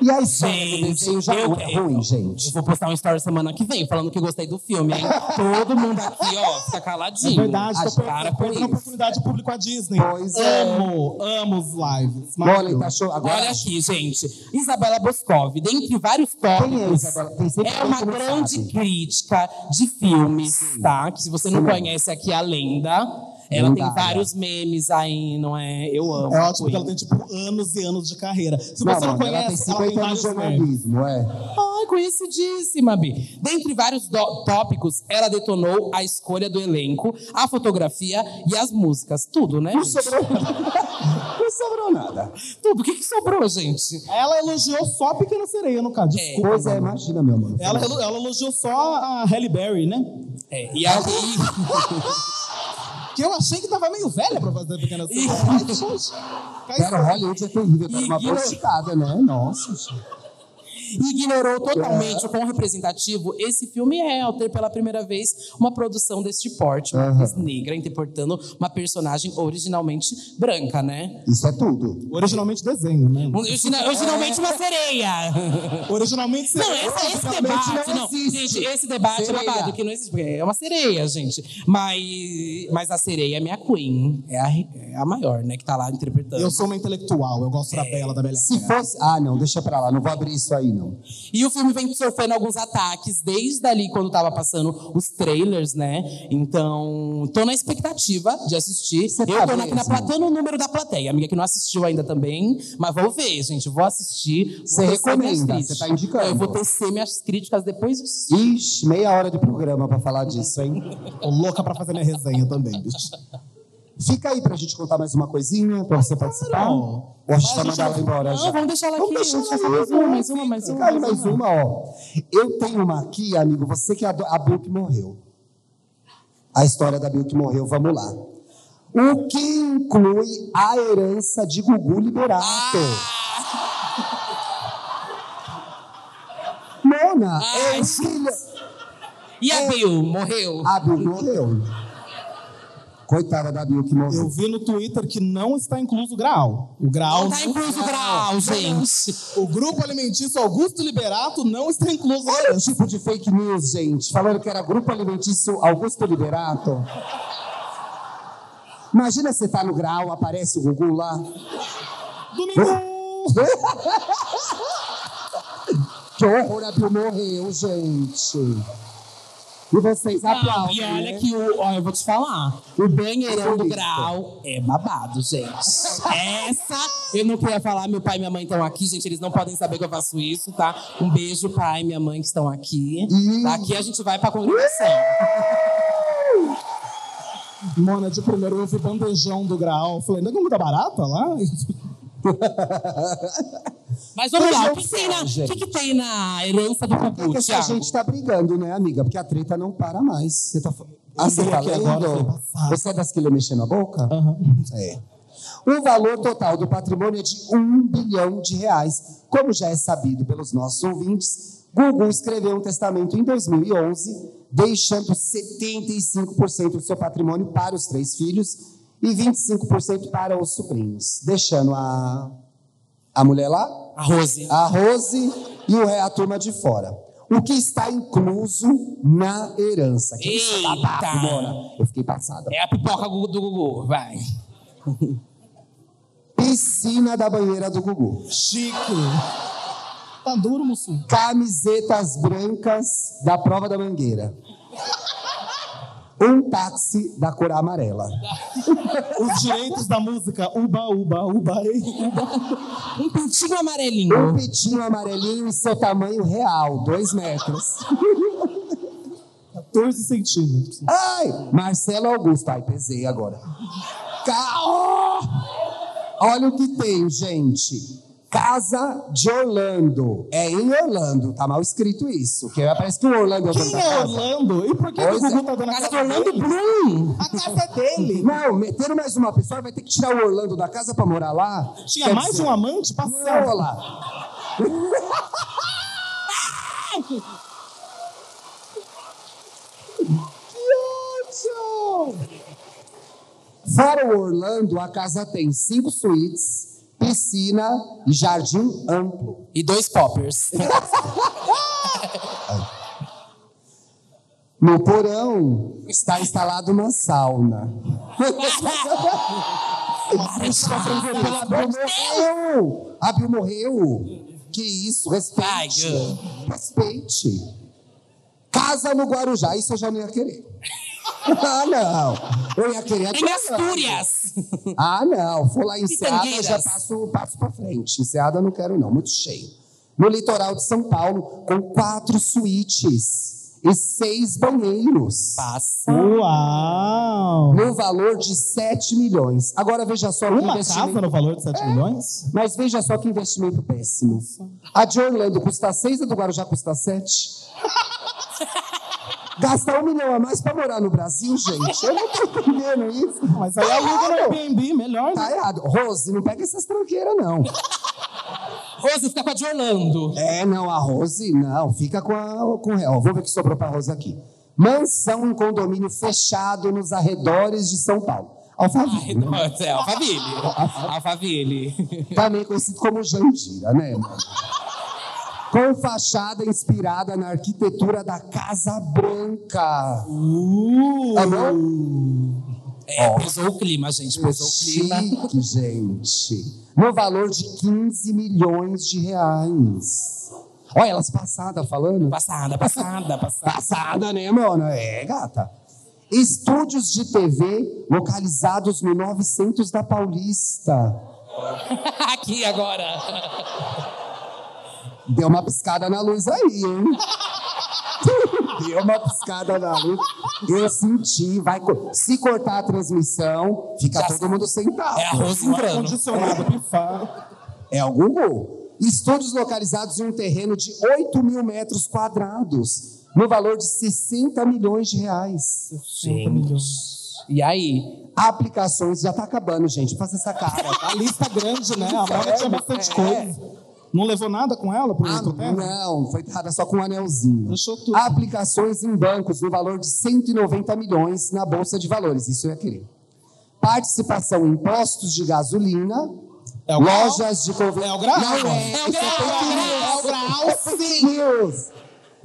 E aí, só
Gente,
o desenho já
eu-
é ruim, gente.
Eu vou postar um story semana que vem falando que gostei do filme, hein? Todo mundo aqui, ó, fica caladinho.
É verdade,
Ah,
tô
para
per-
com
perdendo a
isso.
oportunidade de público à Disney.
Pois é.
amo, amo os lives.
Mona, então show. Agora
Olha aqui, gente. Isabela Boscov, dentre vários
Quem é
tópicos,
Isabela? Tem sempre
é uma
gente que não
grande
sabe.
crítica de filmes, tá? Que se você não conhece aqui a lenda, ela
Lendária.
tem vários memes aí, não é? Eu amo.
É ótimo
Queen.
que ela tem, tipo, anos e anos de carreira. Se você
Não,
não,
mano, ela tem
conhece, ela tem, né?
50 anos
vários
de
memes.
jornalismo, é.
Ai, conhecidíssima, Bi. Dentre vários do- tópicos, ela detonou a escolha do elenco, a fotografia e as músicas. Tudo, né? gente?
(laughs) Não sobrou nada.
Tudo. O que, que sobrou, gente?
Ela elogiou só a Pequena Sereia, no caso. Desculpa.
Pois é, imagina, meu mano.
Ela, ela elogiou só a Halle Berry, né?
É, e aí.
Que eu achei que tava meio velha pra fazer a Pequena Sereia. Mas, gente, cai
Cara, Hollywood é terrível, tá
E-
uma
e-
prostitutada, né? Nossa, gente.
ignorou totalmente o quão representativo esse filme é, ao ter pela primeira vez uma produção deste porte, uma
Aham.
atriz negra interpretando uma personagem originalmente branca, né?
Isso é tudo.
Originalmente desenho, né?
Origina- Originalmente uma sereia.
Originalmente
Não,
sereia.
esse, esse
Originalmente
debate.
É. não
Não
existe.
Gente, esse debate
Sereia.
é babado, que não existe. porque É uma sereia, gente. Mas, mas a sereia é minha queen. É a, é a maior, né? Que tá lá interpretando.
Eu sou uma intelectual, eu gosto da
É.
bela, da bela.
Se fosse. Ah, não, deixa pra lá, não vou abrir isso aí, não.
E o filme vem sofrendo alguns ataques desde ali quando tava passando os trailers, né? Então, tô na expectativa de assistir.
Você tá
eu tô na,
mesmo?
na plateia no número da plateia, amiga que não assistiu ainda também, mas vou ver, gente, vou assistir. vou
Você
tecer minhas
recomenda,
críticas.
você tá indicando.
Eu vou tecer minhas críticas depois de assistir.
Ixi, meia hora de programa pra falar disso, hein?
Tô louca pra fazer minha resenha também, bicho.
Fica aí pra gente contar mais uma coisinha, pra você participar. Ou a gente vai mandar ela embora já.
Não, vamos deixar ela
Vamos
aqui.
deixar
Vamos
ela
fazer mais uma, mais uma, mais uma.
Fica aí mais uma, ó. Eu tenho uma aqui, amigo, você que ado- a Bill que morreu. A história da Bill que morreu, vamos lá. O que inclui a herança de Gugu Liberato?
Ah!
Mona,
Ai,
é filha.
E a Bill morreu.
É. A Bill morreu. Coitada da Bill que
Eu
morreu.
vi no Twitter que não está incluso o Graal. O Graal.
Não tá incluso o grau, gente.
O grupo alimentício Augusto Liberato não está incluso.
Olha o tipo de fake news, gente. Falando que era grupo alimentício Augusto Liberato. Imagina você tá no grau, aparece o Gugu lá.
Domingo!
Que horror, a Bill morreu, gente. E vocês
Não,
aplaudem,
e Ah,
né?
olha que o. Ó, eu vou te falar. O banheirão do
Solista.
grau é babado, gente. Essa eu não queria falar. Meu pai e minha mãe estão aqui, gente. Eles não podem saber que eu faço isso, tá? Um beijo, pai e minha mãe que estão aqui. Daqui a gente vai pra comunicação.
Mona, de primeiro eu vi bandejão do grau. Falei, ainda que muita barata lá?
Mas vamos lá, o
Mas
que,
eu
tem na-
falo,
o
gente.
que que tem na herança do
É que
Pupu,
essa
Thiago?
gente tá brigando, né, amiga? Porque a treta não para mais. Você tá... fa- Ah, você
Eu
tá
aqui agora, eu tô
lendo?
passada.
Você é das que lê mexendo a boca?
Aham.
É. O valor total do patrimônio é de um bilhão de reais. Como já é sabido pelos nossos ouvintes, Google escreveu um testamento em 2011, deixando 75% do seu patrimônio para os três filhos e 25% para os sobrinhos. Deixando a, a mulher lá,
A Rose.
a Rose e o ré- a turma de fora. O que está incluso na herança. Que isso é
Eita!
babado, Mona. Eu fiquei passada.
É a pipoca gu- do Gugu, vai.
Piscina da banheira do Gugu.
Chique. Tá duro, Mussum.
camisetas brancas da prova da mangueira. Um táxi da cor amarela.
Os direitos da música. Uba, uba, uba. ei, uba.
Um pintinho amarelinho.
Um pitinho amarelinho em seu tamanho real, dois metros.
14 centímetros.
Ai, Marcelo Augusto. Ai, pesei agora. Caô! Olha o que tem, gente. Casa de Orlando. É em Orlando. Tá mal escrito isso. Que parece que o Orlando é o dono
Quem
da
é
casa.
Orlando? E por que o
Pois é.
Gugu tá dando a
Casa
casa
do Orlando
dele?
Bloom.
A casa dele.
Hum! Não, meteram mais uma pessoa, vai ter que tirar o Orlando da casa pra morar lá.
Tinha
Quer
mais
dizer,
de um amante?
Não,
Passou.
lá. Fora o Orlando, a casa tem cinco suítes, piscina e jardim amplo.
E dois poppers.
No porão está instalada uma
(laughs)
sauna. a Bill morreu! A Bill morreu! Que isso, respeite!
Ai,
Respeite! Casa no Guarujá, isso eu já não ia querer. (laughs) Ah, não! Eu ia querer a
Em
Orlando.
Astúrias.
Ah, não. Vou lá em Seada,
Pitangueiras.
já passo, passo pra frente. Em Seada não quero, não. Muito cheio. No litoral de São Paulo, com quatro suítes e seis banheiros. Um
Passa.
Uau.
No valor de 7 milhões. Agora veja só que
Uma
Um investimento.
casa no valor de 7 milhões?
Mas veja só que investimento péssimo. A de Orlando custa 6, a do Guarujá custa
(laughs)
7. Gastar um milhão a mais pra morar no Brasil, gente. Eu não tô entendendo isso.
Mas aí aluga no Airbnb, melhor, né?
Tá errado. Rose, não pega essas tranqueiras, não.
Rose fica com a de Orlando.
É, não, a Rose, não, fica com, a, com o réu. Vou ver o que sobrou pra Rose aqui. Mansão em condomínio fechado nos arredores de São Paulo.
Ai,
Alphaville, né?
nossa, é Alphaville. Alphaville.
também Tá conhecido como Jandira, né? mano? com fachada inspirada na arquitetura da Casa Branca.
Uh,
Tá bom?
É, pesou o clima, gente. Pesou o clima. (laughs)
Chique, gente. No valor de 15 milhões de reais. Olha, elas passadas falando.
Passada, passada, passada.
Passada, né, mano? É, gata. Estúdios de TV localizados no 900 da Paulista.
Aqui agora.
Deu uma piscada na luz aí, hein? (laughs) Deu uma piscada na luz. Eu senti. Vai, co- se cortar a transmissão, fica
Já
todo mundo sentado.
É a Rose
um
entrando.
ar-condicionado pifar.
É o Google. Estúdios localizados em um terreno de 8 mil metros quadrados, no valor de 60 milhões de reais.
E aí?
Aplicações já tá acabando, gente. Faça essa cara. tá?
A lista grande, né? A Mona tinha bastante
É.
coisa. Não levou nada com ela pro
Ah,
outro pé?
não, foi errada só com um anelzinho.
Deixou tudo.
Aplicações em bancos no valor de 190 milhões na Bolsa de Valores, isso eu ia querer. Participação em postos de gasolina,
É o grau?
lojas de conveniência.
É o grau?
Não é,
É o
isso fake
grau, é o
news.
grau, é o grau,
É fake news.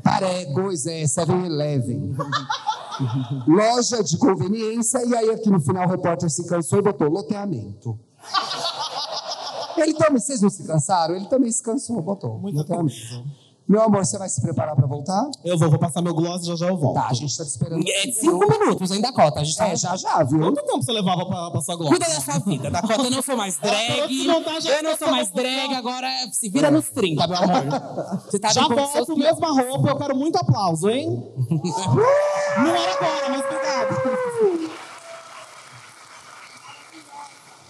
Paregos, é 7-Eleven. Loja de conveniência, e aí aqui no final o repórter se cansou e botou loteamento. Ele também, vocês não se cansaram? Ele também se cansou, botou.
Muita
loteamento.
coisa.
Meu amor, você vai se preparar pra voltar?
Eu vou, vou passar meu gloss e já já eu volto.
Tá, a gente tá te esperando.
É cinco minutos, ainda cota. A gente tá...
É, já já, viu?
Quanto tempo você levava pra passar gloss?
Cuida da sua vida, Dakota. Eu não sou mais
Ela falou que
drag.
não tá, já
eu não
tá
sou mais
falando
drag, agora se vira nos 30, meu amor. Você tá
Já
bem com os seus
volto, mesma roupa, eu quero muito aplauso, hein? Não era agora, mas cuidado.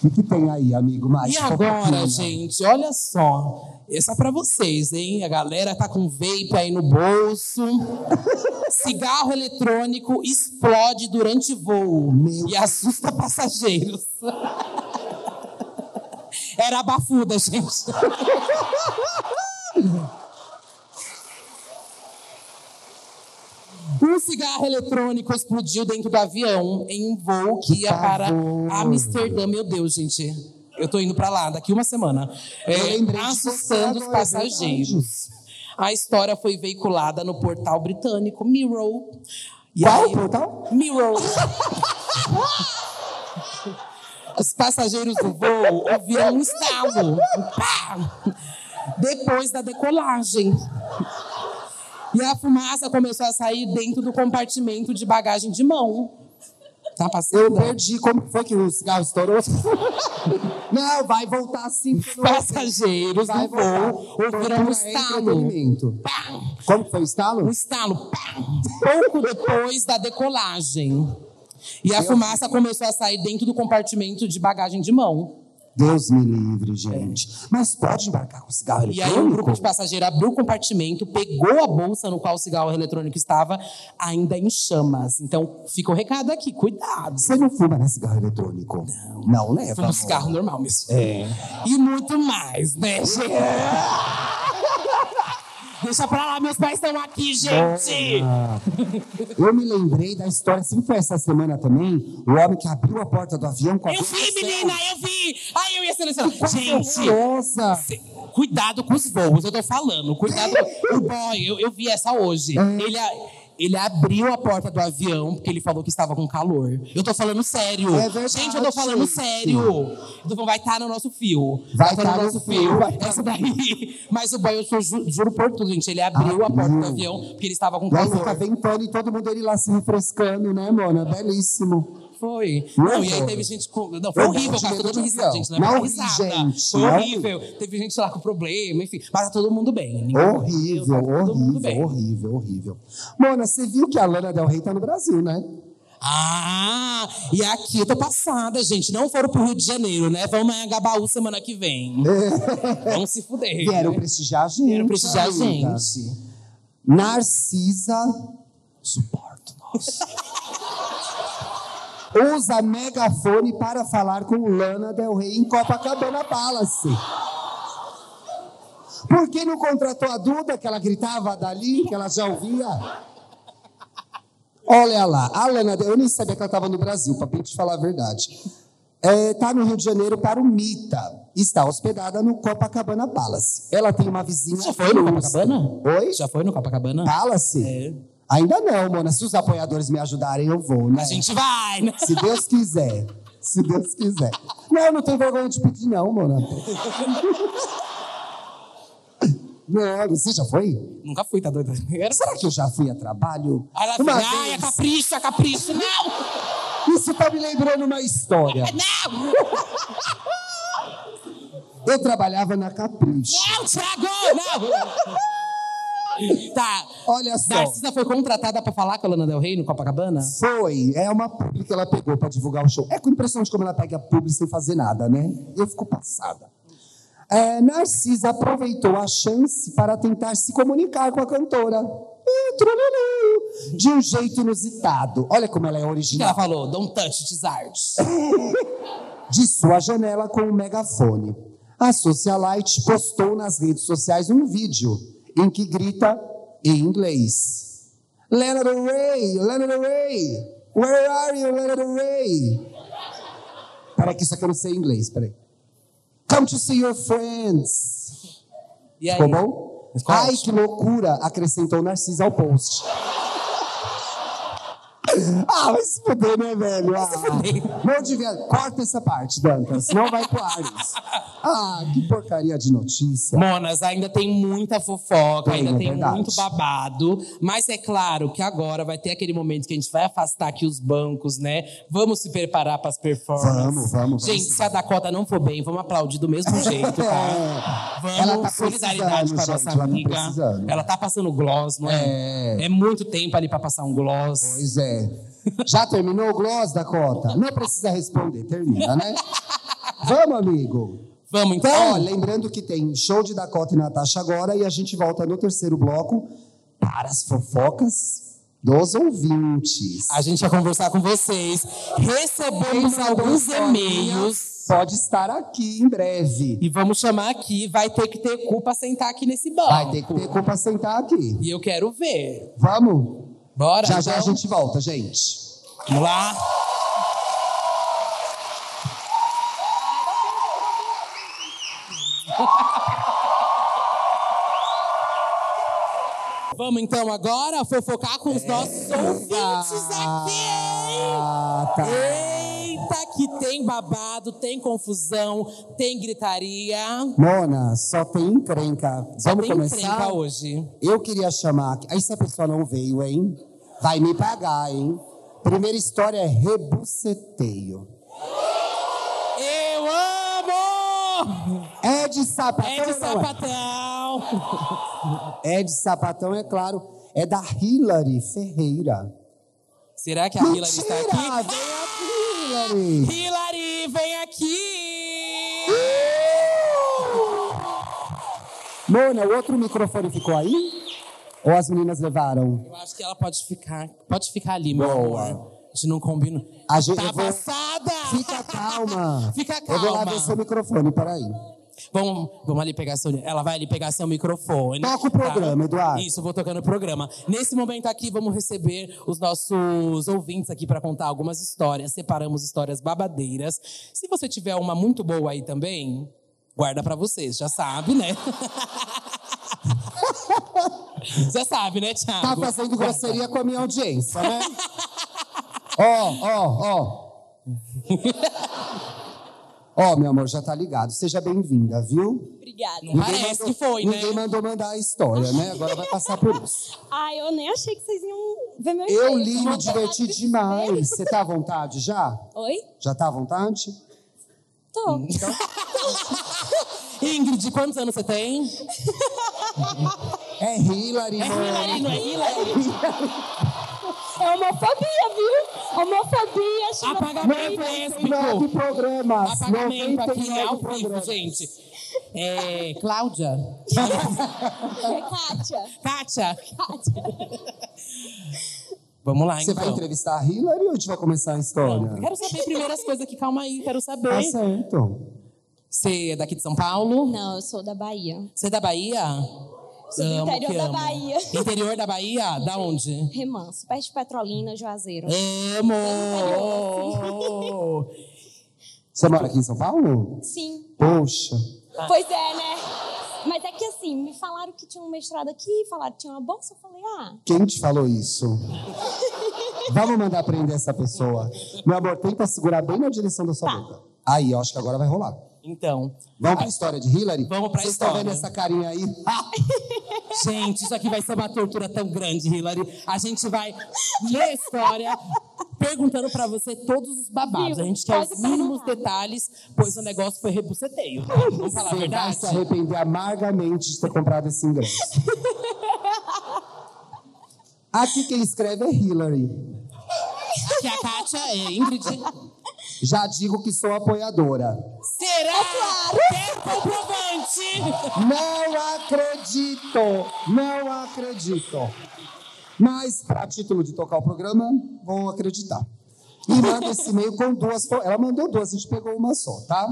O que tem aí, amigo? Mais
E
fofoquinha?
agora, gente, olha só. É só pra vocês, hein? A galera tá com vape aí no (laughs) bolso. Cigarro eletrônico explode durante voo e assusta passageiros. Era bafuda, gente. Um cigarro eletrônico explodiu dentro do avião em um voo que ia para
pavor.
Amsterdã. Meu Deus, gente. Eu tô indo para lá daqui uma semana.
Eu
É,
lembrei de
assustando
você
os
agora, é verdade.
passageiros. A história foi veiculada no portal britânico Mirror. E
Qual
aí-
portal?
Mirror. Os passageiros do voo ouviram um estalo. um pá, Depois da decolagem. E a fumaça começou a sair dentro do compartimento de bagagem de mão. Tá
Eu
passando?
perdi como foi que o cigarro estourou. (laughs) não, vai voltar assim. porque não-
Passageiros
Vai
do
voltar.
voo ouviram um
Procura
estalo.
entretenimento.
Pá!
Como que foi o estalo?
um estalo pá, pouco (laughs) depois da decolagem. E a fumaça começou a sair dentro do compartimento de bagagem de mão.
Deus me livre, gente. Mas pode embarcar com cigarro
E aí um
eletrônico?
grupo de passageiros abriu o compartimento, pegou a bolsa no qual o cigarro eletrônico estava, ainda em chamas. Então fica o recado aqui, cuidado.
Você não fuma né, cigarro eletrônico? Não, não leva.
Fuma um
amor.
cigarro normal
É.
mesmo. E muito mais, né, gente? (laughs) Deixa pra lá, meus pais estão aqui, gente!
Eu me lembrei da história, se não foi essa semana também, o homem que abriu a porta do avião com a
Eu
boca
vi,
do céu.
menina, eu vi! Aí eu ia selecionar.
é
Gente,
Nossa!
Cê- Cuidado com os voos, eu tô falando. Cuidado. o boy, eu, eu vi essa hoje.
É.
Ele, a- ele abriu a porta do avião porque ele falou que estava com calor. Eu tô falando sério.
É verdade.
Gente, eu tô falando sério. Então, vai estar no nosso fio.
Vai
tá
tá no fio, vai tá
Essa daí. (laughs) Mas o boy, eu sou, ju- juro por tudo, gente. Ele abriu a porta do
Abriu.
avião porque ele estava com
Nossa, tá
calor.
fica ventando e todo mundo ele lá se refrescando, né, Mona? Belíssimo.
Foi.
Não
Não, e aí
foi.
teve gente com. Não, foi né?
Eu
horrível,
morro de
cara.
medo
Todo
de
mundo risada,
avião.
gente. Não,
Não
não
ri,
risada.
gente,
tá? Foi
não é ri.
horrível. Teve gente lá com problema, enfim. Mas tá todo mundo bem. Ninguém morreu,
Horrível,
tá todo mundo
horrível, horrível, horrível. Mona, você viu que a Lana Del Rey tá no Brasil, né?
Ah, e aqui eu tô passada, gente. Não foram pro Rio de Janeiro, né? Vão na Gabaú semana
(laughs)
que vem. Vão se fuder.
Vieram
né?
prestigiar a gente.
Vieram prestigiar a
amiga.
gente.
Narcisa. Suporto, nossa. Usa megafone para falar com Lana Del Rey em Copacabana Palace. Por que não contratou a Duda, que ela gritava dali, que ela já ouvia? Olha lá, a Lana Del eu nem sabia que ela estava no Brasil, para te falar a verdade. Está no Rio de Janeiro para o Mita. Está hospedada no Copacabana Palace. Ela tem uma vizinha.
Já foi no
russa.
Copacabana?
Oi?
Já foi no Copacabana?
Tá. Palace?
É.
Ainda não, Mona. Se os apoiadores me ajudarem, eu vou, né?
A gente vai, né?
Se Deus quiser. Se Deus quiser. Não, não tenho vergonha de pedir, não, Mona. Não, você já foi?
Nunca fui, tá doida? Era...
Será que eu já fui a trabalho?
Aí ela
Uma
fica, ai, é
vez.
capricho, é capricho. Não!
Isso tá me lembrando uma história.
Não!
Eu trabalhava na Capricho.
Não, é Thiago!
(laughs)
Não! tá.
Olha só.
Narcisa foi contratada pra falar com a Lana Del Rey no Copacabana?
Foi. É uma publi que ela pegou pra divulgar o show. É com impressionante como ela pega a publi sem fazer nada, né? Eu fico passada. É, Narcisa aproveitou a chance para tentar se comunicar com a cantora. Ih, trululu, De um jeito inusitado. Olha como ela é
O que ela
original.
falou? Don't touch this art.
De sua janela com um megafone. A socialite postou nas redes sociais um vídeo em que grita em inglês. Lana Del Rey, Lana Del Rey, where are you, Lana Del Rey? Peraí, que isso aqui eu não sei em inglês, peraí. Come to see your friends.
E aí?
Ficou bom?
Ficou
Ai,
ótimo.
que loucura, acrescentou Narcisa ao post. (laughs) Ah, vai se fuder, né, velho? Ah,
fuder.
não devia. Corta essa parte, Dantas. Não vai pro ar isso. Ah, que porcaria de notícia.
Monas, ainda tem muita fofoca,
Tem,
ainda
é
tem
verdade.
muito babado. Mas é claro que agora vai ter aquele momento que a gente vai afastar aqui os bancos, né? Vamos se preparar para as performances.
Vamos, vamos, vamos
Gente,
sim.
se a Dakota não for bem, vamos aplaudir do mesmo jeito, tá?
(laughs) É,
Vamos,
ela tá
solidariedade
precisando,
para nossa
gente, ela tá
amiga.
precisando.
Ela tá passando gloss, não é?
É.
É muito tempo ali para passar um gloss.
Pois é. Já terminou o gloss, Dakota? Não precisa responder, termina,
(laughs)
né? Vamos, amigo.
Vamos
Então,
então?
ó, lembrando que tem show de Dakota e Natasha agora e a gente volta no terceiro bloco para as fofocas dos ouvintes.
A gente vai conversar com vocês. Recebemos
Quem mandou
alguns
historinha
e-mails.
Pode estar aqui em breve.
E vamos chamar aqui, vai ter que ter culpa sentar aqui nesse banco.
Vai ter que ter culpa sentar aqui.
E eu quero ver.
Vamos?
Bora,
Já já a
então?
gente volta, gente.
Vamos lá. Vamos então agora fofocar com os nossos ouvintes aqui.
Ah, tá.
Eita, que tem babado, tem confusão, tem gritaria.
Mona, só tem encrenca. Vamos
tem
começar?
encrenca hoje.
Eu queria chamar. aqui- Aí se a pessoa não veio, hein? Vai me pagar, hein? Primeira história é rebuceteio.
Eu amo!
É de sapatão.
É de
ou não é?
sapatão.
É de sapatão, é claro. É da Hillary Ferreira.
Será que a Hillary está
Mentira!
aqui?
Vem a Hillary!
Hillary, vem aqui!
Mona, o outro microfone ficou aí? Ou as meninas levaram?
Eu acho que ela pode ficar, pode ficar ali, meu
Boa.
amor. A gente não combina.
A gente-
tá
eu vou-
passada!
Fica calma.
(laughs) Fica
Eu vou lá
calma.
ver seu microfone, peraí.
Vamos, vamos ali pegar seu. Ela vai ali pegar seu microfone. Tá?
Toca Tá o programa, Eduardo.
Isso, vou tocando o programa. Nesse momento aqui, vamos receber os nossos ouvintes aqui para contar algumas histórias. Separamos histórias babadeiras. Se você tiver uma muito boa aí também, guarda para vocês, já
(laughs)
sabe, né? já sabe, né,
Tá
Thiago?
fazendo grosseria com a minha audiência,
(laughs)
né? Ó, ó, ó. Ó, meu amor, já tá ligado. Seja bem-vinda, viu?
Obrigada.
Parece que foi, né?
Ninguém mandou mandar a história, né? Agora vai passar por isso.
(laughs)
Ai, eu nem achei que vocês iam ver meu
Eu
e-mail.
li,
Vou
me
pegar
diverti
de-
demais. Você tá à vontade já?
Oi?
Já tá à vontade?
Tô.
Hum.
Ingrid, quantos anos você tem?
É Hillary, mano.
Hillary, não é Hillary?
É homofobia, viu? Homofobia, chama
Apagamento lésbico.
99 programas.
Apagamento aqui é
99
ao vivo,
programas.
gente. É, Cláudia?
É
Kátia?
Kátia.
(laughs) Vamos lá,
Você
então.
vai entrevistar a Hillary ou a gente vai começar a
Pronto.
história?
Quero saber primeiro as coisas aqui, calma aí, quero saber.
Tá certo.
Você é daqui de São Paulo?
Não, eu sou da Bahia.
Você é da Bahia?
Sou do
Amo,
interior
que
da
amo.
Bahia. (laughs)
Interior da Bahia? Da onde?
Remanso, perto de Petrolina, Juazeiro.
Amo!
Você mora aqui em São Paulo?
Sim.
Poxa.
Pois é, né? Mas é que assim, me falaram que tinha um mestrado aqui, falaram que tinha uma bolsa, eu falei, ah,
Quem te falou isso? Vamos mandar prender essa pessoa. Meu amor, tenta segurar bem na direção da sua
Tá.
boca. Aí, eu acho que agora vai rolar.
Então,
Vamos pra história de Hillary?
Vamos pra
Vocês
história.
estão vendo essa carinha aí?
(laughs) Gente, isso aqui vai ser uma tortura tão grande, Hillary. A gente vai ler a história perguntando pra você todos os babados. A gente quer
Pode
os mínimos
perguntar.
detalhes, pois o negócio foi rebuceteio. Vamos falar a
Você vai
verdade?
se arrepender amargamente de ter comprado esse
(laughs)
ingresso. Aqui quem escreve é Hillary.
Que a Kátia é Ingrid.
Já digo que sou apoiadora.
Será?
É
Quer comprovante?
Não acredito! Não acredito! Mas, para título de tocar o programa, vou acreditar. E manda esse e-mail com duas. fo- Ela mandou duas, a gente pegou uma só, tá?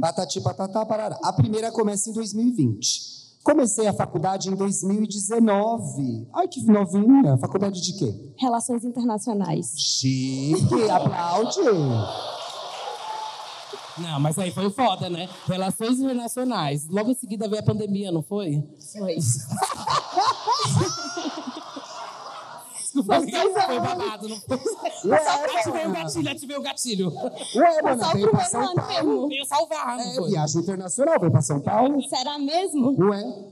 Patati, patatá, parará. A primeira começa em 2020. Comecei a faculdade em 2019. Ai, que novinha. Faculdade de quê?
relações internacionais.
Chique, aplaude.
Não, mas aí foi foda, né? Relações internacionais. Logo em seguida veio a pandemia, não foi?
Foi.
foi, foi babado. Não foi. Só ativei o gatilho, ativei o gatilho.
Ué,
Foi
mana,
só o
veio pra
primeiro
São
ano
Paulo.
mesmo.
Veio salvar, não
É,
foi?
viagem internacional, veio pra São Paulo.
Será mesmo?
Ué.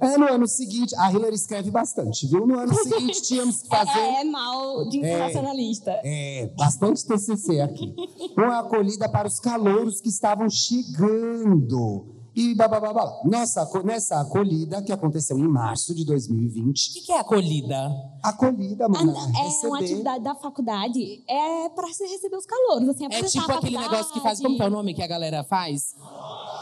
É, no ano seguinte, a Hillary escreve bastante, viu? No ano
(laughs)
seguinte tínhamos que fazer.
É, é mal de internacionalista.
É, bastante TCC aqui. Uma acolhida para os calouros que estavam chegando. E bababá. Nossa, aco- nessa acolhida, que aconteceu em março de 2020,
O que, que é acolhida?
acolhida,
Ah,
mano.
não, é uma atividade da faculdade, é pra se receber os calouros, assim,
É
apresentar
tipo
a
aquele
faculdade.
negócio que faz. Como que é o nome que a galera faz?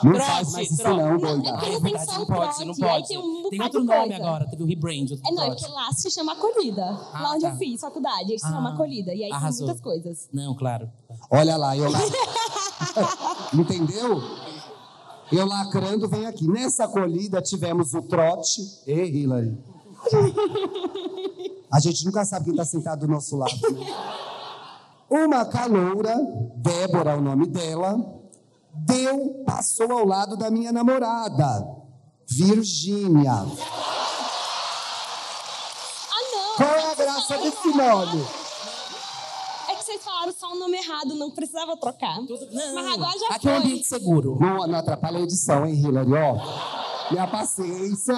Não
trote,
faz mais isso,
trote.
não,
Não,
doida.
é porque
é
tem
verdade,
só
não
o
pode,
trote,
não pode.
aí tem um bocado
outro
de
nome
coisa.
agora, teve o rebrand. outro
É, não, é
trote.
porque lá se chama acolhida.
então, Ah,
lá onde
tá.
eu fiz faculdade, se chama
Ah,
acolhida. E aí
arrasou.
tem muitas coisas.
Não, claro.
Olha lá, eu lá. (laughs) Entendeu? Eu lacrando, vem aqui. Nessa acolhida tivemos o trote. Ei, Hillary. A gente nunca sabe quem está sentado do nosso lado. né? Uma caloura, Débora é o nome dela, deu, passou ao lado da minha namorada, Virgínia.
Ah, não!
Qual é
que
a
vocês
graça
falaram
desse
só-
nome?
É que vocês falaram só o nome errado, não precisava trocar.
Não,
Mas agora já
aqui
foi.
é um ambiente seguro.
Não, não atrapalha a edição, hein, Hillary? Ó, minha paciência.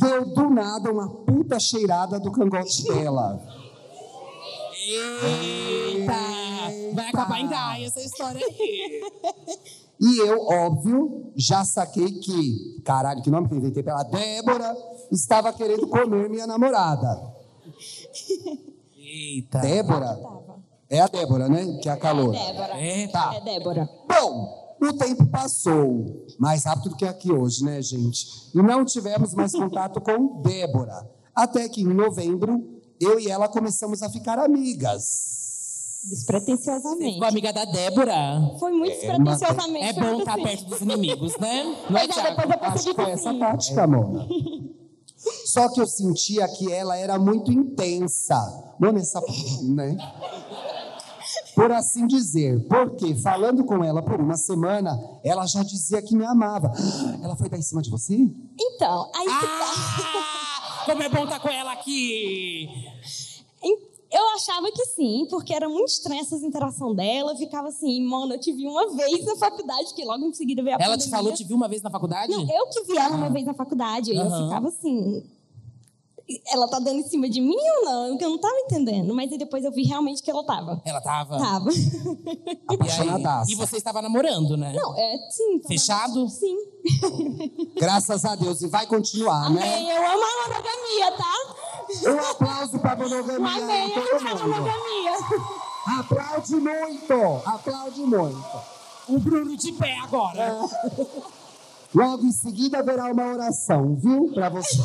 Deu do nada uma puta cheirada do cangote dela.
Eita! Ah, Vai acabar em Gaia essa história aí.
E eu, óbvio, já saquei que, caralho, que nome que eu inventei pela Débora, estava querendo comer minha namorada.
Eita.
Débora?
Tava.
É a Débora, né? Que é a calor.
Débora.
É,
tá.
É Débora.
Bom, o tempo passou, mais rápido do que aqui hoje, né, gente? E não tivemos mais contato com Débora. Até que em novembro, eu e ela começamos a ficar amigas.
Despretensiosamente.
Ficou amiga da Débora.
Foi muito despretensiosamente.
É
foi
bom
muito
estar
assim.
perto dos inimigos, né? Não é,
Pois é,
Thiago?
depois
Acho
eu
que
percebi que
foi essa
assim,
tática, Mona. Só que eu sentia que ela era muito intensa. Mona, essa. p- né? Por assim dizer. Porque falando com ela por uma semana, ela já dizia que me amava. Ela foi dar em cima de você?
Então, aí que tá.
Ah, como é bom estar com ela aqui.
Em- Eu achava que sim, porque era muito estranha essa interação dela. Eu ficava assim, mano, eu te vi uma vez na faculdade, que logo em seguida veio a
Ela te
pandemia.
falou, te viu uma vez na faculdade?
É Não, eu que vi ela uma vez na faculdade, aí
Aham.
eu ficava assim... Ela tá dando em cima de mim ou não? Eu que eu não tava entendendo. Mas aí depois eu vi realmente que ela tava.
Ela tava.
Tava. (laughs)
E, aí,
Apaixonadaça.
e você estava namorando, né?
Não, é sim. tava-
Fechado?
Sim.
Graças a Deus. E vai continuar, né?
Amei, eu amo a monogamia, tá?
Um aplauso pra
Um
monogamia
Amei,
aí,
eu amo
todo
a
mundo.
monogamia.
Aplaude muito! Aplaude muito!
O Bruno de pé agora.
Logo em seguida haverá uma oração, viu? Pra
(laughs)
vocês.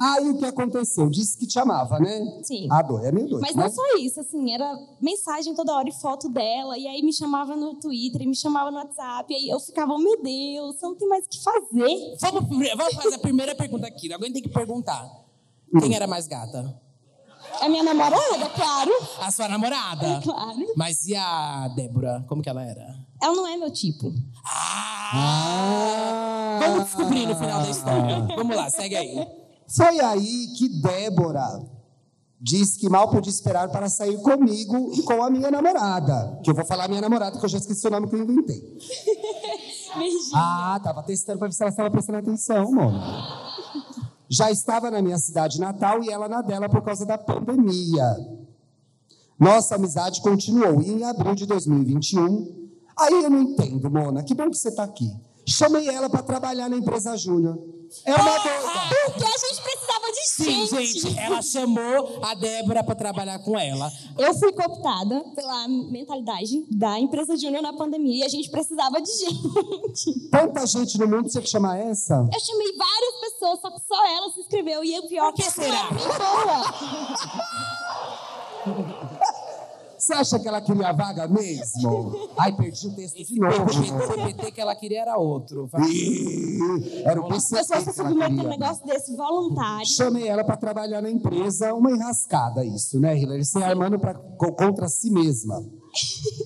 Aí o que aconteceu? Disse que te amava, né?
Sim.
A dor é meio doido,
Mas
né?
não só isso, assim, era mensagem toda hora e foto dela, e aí me chamava no Twitter, e me chamava no WhatsApp, e aí eu ficava, oh, meu Deus, eu não tem mais o que fazer.
Vamos, pri- vamos fazer a primeira pergunta aqui. Alguém tem que perguntar. Quem era mais gata?
É minha namorada, claro. (laughs)
A sua namorada.
É claro.
Mas e a Débora? Como que ela era?
Ela não é meu tipo.
Ah!
Ah,
Vamos descobrir no final da história. Vamos lá, segue aí.
Foi aí que Débora disse que mal podia esperar para sair comigo e com a minha namorada. Que eu vou falar minha namorada, que eu já esqueci o nome que eu inventei.
Virgínia.
Ah, tava testando pra ver se ela estava prestando atenção, mano. Já estava na minha cidade natal e ela na dela por causa da pandemia. Nossa amizade continuou. E em abril de 2021, aí eu não entendo, Mona, que bom que você tá aqui. Chamei ela para trabalhar na empresa Júnior. É uma doida.
Porque a gente precisava de
Sim,
gente.
gente, é ela chamou a Débora pra trabalhar com ela.
Eu fui cooptada pela mentalidade da empresa Júnior na pandemia, e a gente precisava de gente.
Tanta gente no mundo, você que chama essa?
Eu chamei várias pessoas, só que só ela se inscreveu, e o pior é
Por que
ela não
será?
era nem boa.
Você acha que ela queria a vaga
(laughs)
mesmo? Ai, perdi o texto de novo.
O
Mona.
CPT que ela queria era outro.
Ih, Era o
As pessoas
PCC
se
que ela
submetem a um
queria.
negócio desse voluntário.
Chamei ela para trabalhar na empresa, uma enrascada isso, né, Hillary? Se armando pra, co- contra si mesma.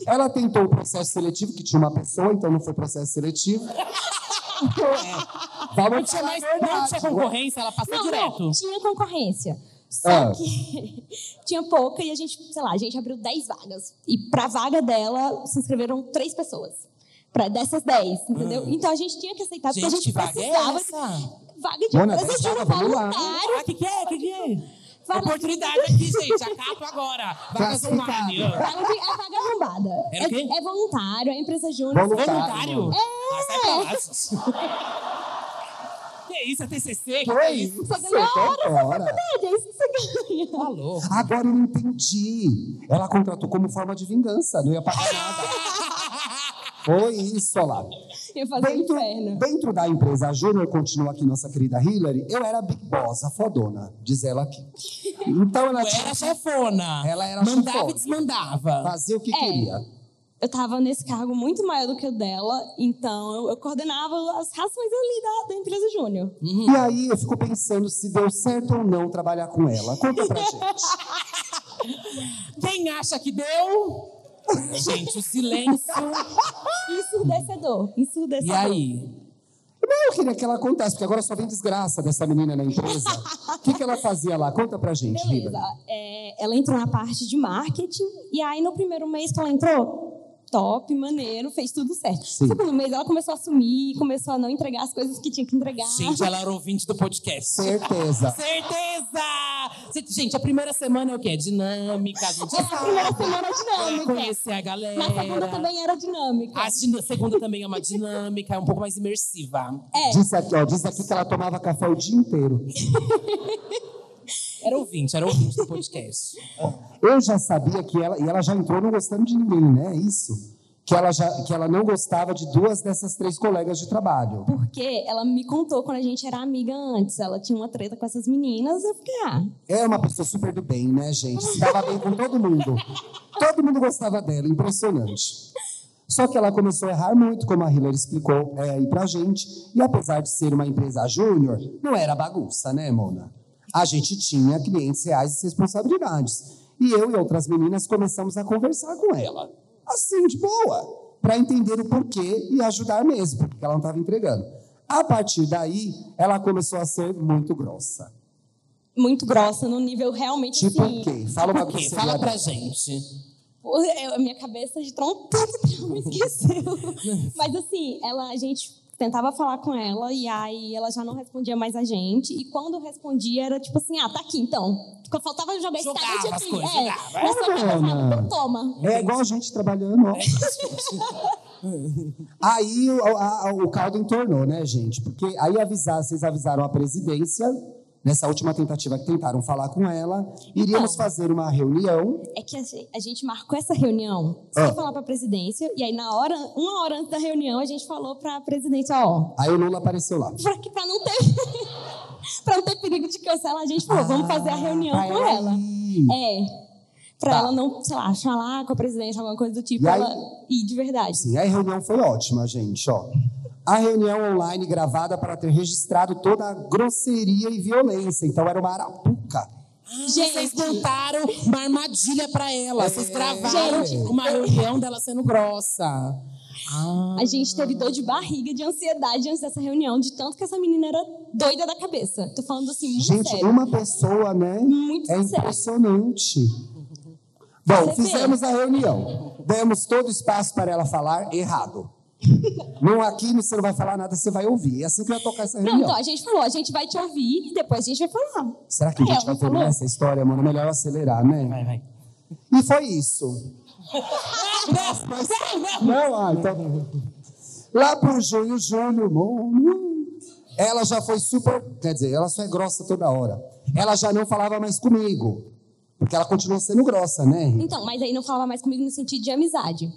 Ela tentou o processo seletivo, que tinha uma pessoa, então não foi processo seletivo. Então, é, Vamos
Não
falar
tinha
a
mais não tinha
verdade.
concorrência, ela passou
Não, Então
direto.
não, tinha concorrência. Só
Ah.
que (laughs) tinha pouca e a gente, sei lá, a gente abriu 10 vagas. E pra vaga dela se inscreveram três pessoas. Pra dessas 10, entendeu? Então a gente tinha que aceitar, porque a
Ah. Gente,
gente
que vaga é
precisava.
essa?
de- Vaga de
Mona,
empresa de
deixa
um
ela, vamos lá.
voluntário.
Ah, que que é? Que que é?
Vai lá.
Oportunidade aqui, gente. Acato agora.
Tá
um Vagas
Classificado.
online. ó.
Vaga de- é vaga arrombada.
Era o quê?
É, é voluntário, é empresa júnior. É,
Voluntário.
Voluntário? Ah, sai pra lá. Que isso, é TCC? Que
Que
isso?
isso?
Você
Você
ganhou
tá fora.
É, é isso que você ganha.
Tá louco.
Agora eu entendi. Ela contratou como forma de vingança, não ia pagar
(laughs)
nada. Foi isso, olha lá.
Ia fazer um
Dentro,
inferno.
dentro da empresa Júnior, continua aqui nossa querida Hillary, eu era big boss, a fodona, diz ela aqui. Então ela
Eu era chefona.
Ela era
Mandava
chefona. Tá.
e desmandava.
fazia o que
É.
queria.
Eu tava nesse cargo muito maior do que o dela, então eu, eu coordenava as rações ali da, da empresa júnior.
E aí eu fico pensando se deu certo ou não trabalhar com ela. Conta pra
(laughs)
gente.
Quem acha que deu? Gente, o silêncio.
Ensurdecedor,
E
ensurdecedor.
aí?
Não, eu queria que ela contasse, porque agora só vem desgraça dessa menina na empresa. O que, que ela fazia lá? Conta pra gente,
Beleza.
Hillary.
É, ela entrou na parte de marketing e aí no primeiro mês que ela entrou, top, maneiro, fez tudo certo.
Sim.
No segundo mês ela começou a sumir, começou a não entregar as coisas que tinha que entregar.
Gente, ela era ouvinte do podcast.
Certeza.
Certeza! C- Gente, a primeira semana é o quê? É dinâmica, a gente
A primeira semana é dinâmica.
conhecer a galera.
Na segunda também era dinâmica.
A din- segunda também é uma dinâmica, é um pouco mais imersiva.
É.
Diz aqui, ó, diz aqui que ela tomava café o dia inteiro.
É.
Era ouvinte, era ouvinte do podcast.
Eu já sabia que ela, e ela já entrou não gostando de ninguém, né? Isso. Que ela, já, que ela não gostava de duas dessas três colegas de trabalho.
Porque ela me contou quando a gente era amiga antes. Ela tinha uma treta com essas meninas. Eu fiquei, ah,
É uma pessoa super do bem, né, gente? Se dava bem com todo mundo. Todo mundo gostava dela, impressionante. Só que ela começou a errar muito, como a Hillary explicou é, aí pra gente. E apesar de ser uma empresa júnior, não era bagunça, né, Mona? A gente tinha clientes reais e responsabilidades. E eu e outras meninas começamos a conversar com ela. Assim, de boa. Pra entender o porquê e ajudar mesmo, porque ela não estava entregando. A partir daí, ela começou a ser muito grossa.
muito grossa, num nível realmente
Tipo
assim.
o quê? Fala uma
Por quê?
coisa.
Fala pra gente.
Pô, eu- A minha cabeça de tronco (laughs) me
(laughs)
esqueceu. Mas assim, ela, a gente tentava falar com ela e aí ela já não respondia mais a gente. E quando respondia, era tipo assim, ah, tá aqui então. Faltava jogar esse
Jogava
target
as
aqui.
coisas,
é,
jogava.
mas só que ela falava,
Ana.
então toma.
É igual a gente trabalhando. ó. (laughs) aí o, a- a- o caldo entornou, né, gente? Porque aí avisar, vocês avisaram a presidência, nessa última tentativa que tentaram falar com ela, iríamos
Então.
fazer uma reunião.
É que a gente, a gente marcou essa reunião sem
Ah.
falar pra presidência. E aí, na hora, uma hora antes da reunião, a gente falou pra presidência, ó,
Aí o Lula apareceu lá.
pra, que, pra não ter. (laughs) pra não ter perigo de cancelar, a gente falou, vamos fazer a reunião
Ah,
com ela.
aí.
É. Pra
Tá.
ela não, sei lá, falar com a presidência, alguma coisa do tipo,
E aí-
ela ir de verdade.
Sim, a reunião foi ótima, gente, ó. A reunião online gravada para ter registrado toda a grosseria e violência. Então era uma arapuca.
Ah,
Gente.
Vocês montaram uma armadilha pra ela.
É.
Vocês gravaram
Gente.
uma reunião dela sendo grossa. Ah.
A gente teve dor de barriga, de ansiedade antes dessa reunião, de tanto que essa menina era doida da cabeça. Tô falando assim, muito
Gente,
sério.
uma pessoa, né?
Muito
é
sério.
impressionante. Bom,
Você
fizemos a reunião. Demos todo o espaço para ela falar
(laughs)
errado. Não aqui você não vai falar nada, você vai ouvir. É assim que vai tocar essa
Não,
reunião.
então a gente falou, a gente vai te ouvir e depois a gente vai falar.
Será que a gente
É,
vai
ela falou.
terminar essa história, mano? É Melhor acelerar, né?
Vai, vai.
E foi isso. Não, ah, então. Lá pro junho, julho, mano. Ela já foi super. Quer dizer, ela só é grossa toda hora. Ela já não falava mais comigo. Porque ela continua sendo grossa, né?
Então, mas aí não falava mais comigo no sentido de amizade.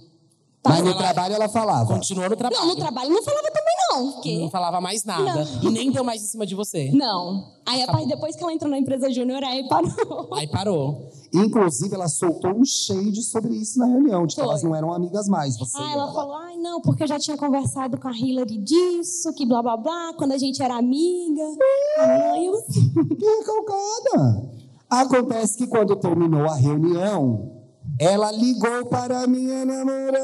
Mas no trabalho ela falava.
Continuou no trabalho.
Não, no trabalho não falava também não,
Não
porque...
falava mais nada.
Não.
E nem deu mais em cima de você.
Não. Aí, a
Tá
parte, depois que ela entrou na empresa júnior, aí parou.
Aí parou.
Inclusive, ela soltou um shade sobre isso na reunião, de que
Foi.
elas não eram amigas mais. Você
Ah,
e
ela falou, ai não, porque eu já tinha conversado com a Hillary disso, que blá blá blá, quando a gente era amiga. Aí eu, assim,
Que calcada! Acontece que quando terminou a reunião, ela ligou para a minha namorada.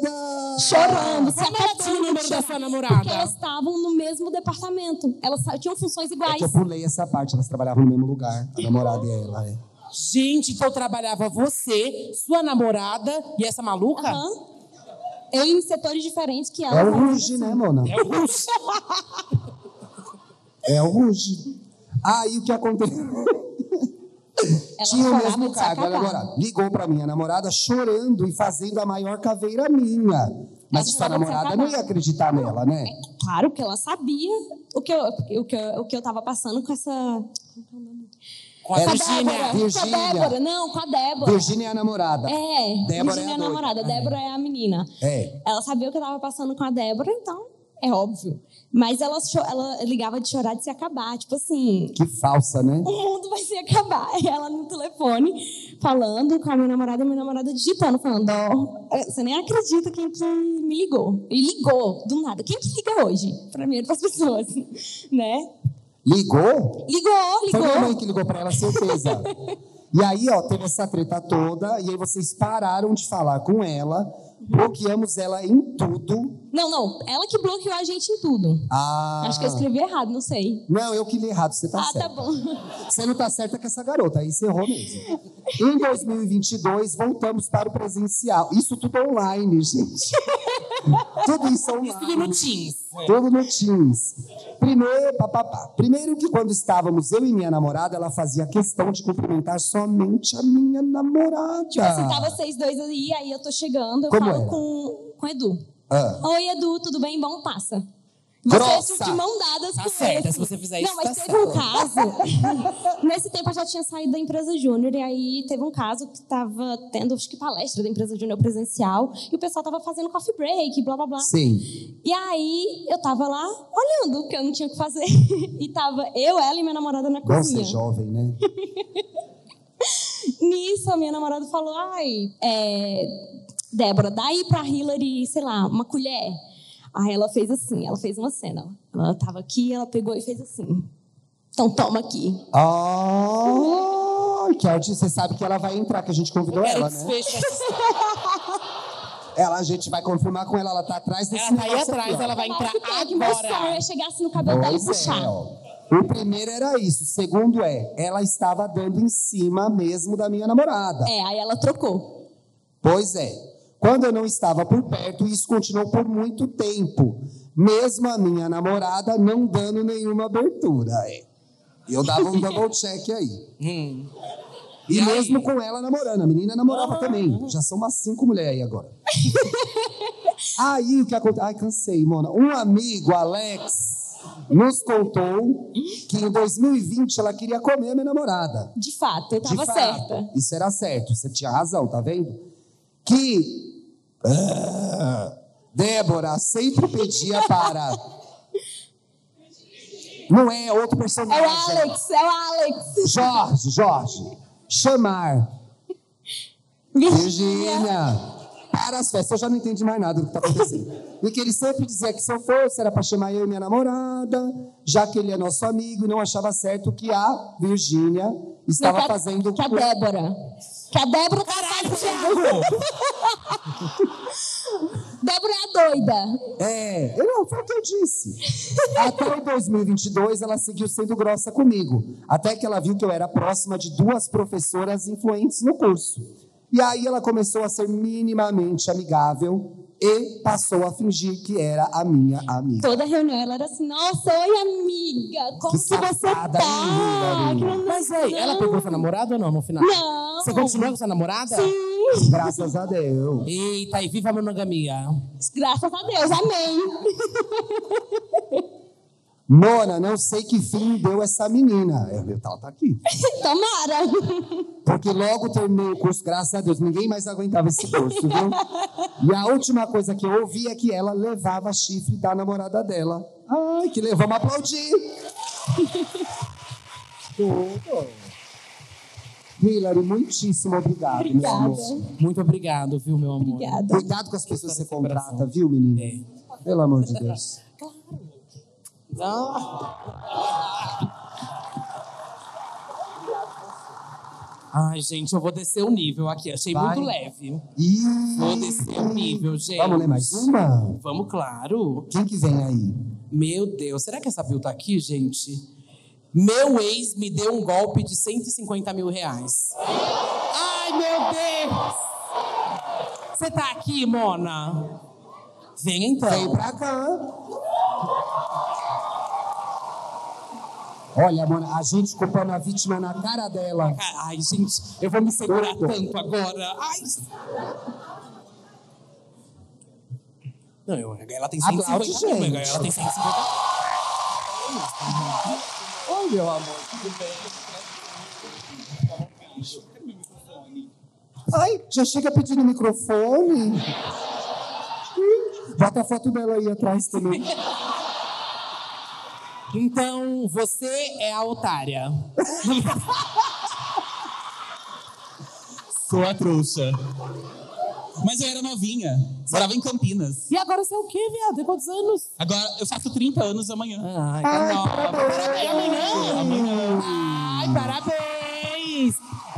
namorada!
Chorando, se
Como ela tinha o
acabando
número
de
da
chorar,
sua namorada?
Porque elas estavam no mesmo departamento. Elas sa- tinham funções
É
iguais.
que eu pulei essa parte, elas trabalhavam no mesmo lugar, a namorada e ela. É.
Gente, então trabalhava você, sua namorada e essa maluca?
Aham. Em setores diferentes que elas.
É o
estavam
Ruge, né, Mona?
É o Ruge.
É o Ruge. Aí o que aconteceu?
Ela
Tinha o
chorava
mesmo cargo, a
de sacanagem.
namorada. Ligou pra minha namorada chorando e fazendo a maior caveira minha. Mas
Ela
sua
chorava de
namorada não ia
sacanagem.
acreditar nela, né?
Claro, porque ela sabia o que eu, o que eu, o que eu tava passando com essa.
Com a
Era-
Virgínia.
Com a
Virgínia.
Débora, não, com a Débora.
Virgínia é a namorada.
É,
Débora é a
Virgínia é a
doida.
namorada, Débora é a menina.
É.
Ela sabia o que eu tava passando com a Débora, então é óbvio. Mas ela, cho- ela ligava de chorar de se acabar, tipo assim,
Que falsa, né?
o mundo vai se acabar. (laughs) E ela no telefone, falando com a minha namorada, minha namorada digitando, falando, ó, você nem acredita quem que me ligou. E ligou, do nada. Quem que liga hoje? Primeiro pras (laughs) pessoas, né?
Ligou?
Ligou,
Foi minha mãe
ligou.
que ligou pra ela, certeza. e aí, ó, teve essa treta toda, e aí vocês pararam de falar com ela,
Uhum.
bloqueamos ela em tudo.
Não, não, ela que bloqueou a gente em tudo.
Ah,
Acho que eu escrevi errado, não sei.
Não, eu que li errado, você tá
ah, tá
certo.
bom. (laughs)
Você não tá certa com essa garota, aí você errou mesmo. Em 2022, voltamos para o presencial. Isso tudo online,
(laughs)
gente. tudo isso
Isso tudo no
online.
Teams.
Tudo no Teams. Primeiro, papapá. Primeiro que quando estávamos eu e minha namorada, ela fazia questão de cumprimentar somente a minha namorada.
Assim, tava vocês dois aí, aí eu tô chegando, eu
Como é?
falo
era?
com, com o Edu.
Ah.
Oi, Edu, tudo bem? Bom, passa.
Grossa!
Vocês de mão dadas
Tá
com
certa,
ele.
se você fizer isso,
Não, mas
tá
teve um caso. (laughs) Nesse tempo eu já tinha saído da empresa júnior, e aí teve um caso que tava tendo, acho que palestra da empresa júnior presencial, e o pessoal tava fazendo coffee break, blá blá blá.
Sim.
E aí eu tava lá olhando, porque eu não tinha o que fazer. (laughs) E tava eu, ela e minha namorada na
Nossa,
cozinha.
é jovem, né?
Nisso, a minha namorada falou: ai, é, Débora, dá aí pra Hillary, sei lá, uma colher. Aí ela fez assim, ela fez uma cena. Ela tava aqui, ela pegou e fez assim. Então toma aqui.
Ah, que artista. Você sabe que ela vai entrar, que a gente convidou
Era
ela,
o
né?
(laughs)
desfecho dessa história.
Ela, a gente vai confirmar com ela, ela tá atrás desse
Ela tá aí
negócio aqui,
atrás,
ó.
ela vai entrar
Que pegue, meu sonho é
agora.
chegar assim no cabelo dela e
Pois é,
puxar.
ó. O primeiro era isso. O segundo é, ela estava dando em cima mesmo da minha namorada.
É, aí ela trocou.
Pois é. Quando eu não estava por perto, isso continuou por muito tempo. Mesmo a minha namorada não dando nenhuma abertura. É. Eu dava um
(laughs)
double check aí. E,
Hum. E aí? Ah.
mesmo com ela namorando. A menina namorava também. Já são umas cinco mulheres aí
(laughs)
agora. aí o que aconteceu? Ai, cansei, Mona. Um amigo, Alex, nos
Hum?
contou que em 2020 ela queria comer a minha namorada.
De fato, eu
De
tava
fato,
certa.
Isso era certo, você tinha razão, tá vendo? Que Ah, Débora sempre pedia
(laughs)
para. Não é outro
É
personagem.
o Alex, é o Alex.
Jorge, Jorge. Chamar Virgínia para as festas. Eu já não entendi mais nada do que tá acontecendo. e que ele sempre dizia que se eu fosse era para chamar eu e minha namorada, já que ele é nosso amigo, e não achava certo que a Virgínia estava
que a,
fazendo.
Que a Débora. Que a Débora tá (laughs) Débora é a doida.
É, eu não, foi o que eu disse. Até o 2022, ela seguiu sendo grossa comigo. Até que ela viu que eu era próxima de duas professoras influentes no curso. E aí ela começou a ser minimamente amigável e passou a fingir que era a minha amiga.
Toda reunião ela era assim, nossa, oi amiga, como
Que
que, você tá?
safada, hein, Lina, Lina?
Mas aí, ela pegou sua namorada ou não no final?
Não.
Você continuou com sua namorada?
Graças a Deus.
Eita, e viva a monogamia.
Graças a Deus, amém. (laughs)
Mona, não sei que fim deu essa menina. É, meu tal tá aqui.
Tomara. (laughs)
Porque logo terminei o curso, graças a Deus, ninguém mais aguentava esse curso, viu? E a última coisa que eu ouvi é que ela levava chifre da namorada dela. Ai, que levou, vamos
(laughs)
aplaudir! Tudo. Hillary, muitíssimo obrigado, meu
Obrigada.
amor.
Muito obrigado, viu, meu amor?
Obrigada.
Cuidado com as pessoas que você contrata, viu, menino?
É.
Pelo amor de Deus.
Ah, Ai, gente, eu vou descer o nível aqui. Achei
Vai.
muito leve.
Ih,
Vou descer o nível, gente.
vamos ler mais uma?
Vamos, claro.
Quem que vem aí?
Meu Deus, será que essa Bill tá aqui, gente? Meu ex me deu um golpe de 150 mil reais. Ai, meu Deus! Você tá aqui, Mona? Vem então.
Vem pra cá. Olha, mano, a gente culpando a vítima na cara dela.
Ai, gente, eu vou me segurar
Doido.
tanto agora. Ai. Não, eu, ela tem
Aplaude,
150 mil.
gente.
Ela tem 150
Oi, meu amor, tudo bem? Ai, já chega pedindo microfone. Hum, Bota a foto dela aí atrás também.
Então, você é a otária.
Sou a trouxa. Mas eu era novinha. Morava em Campinas.
E agora você é o quê, viado? Tem quantos anos?
Agora, eu faço 30 anos amanhã.
Ai, tá nova. Parabéns, amanhã. Ai, parabéns.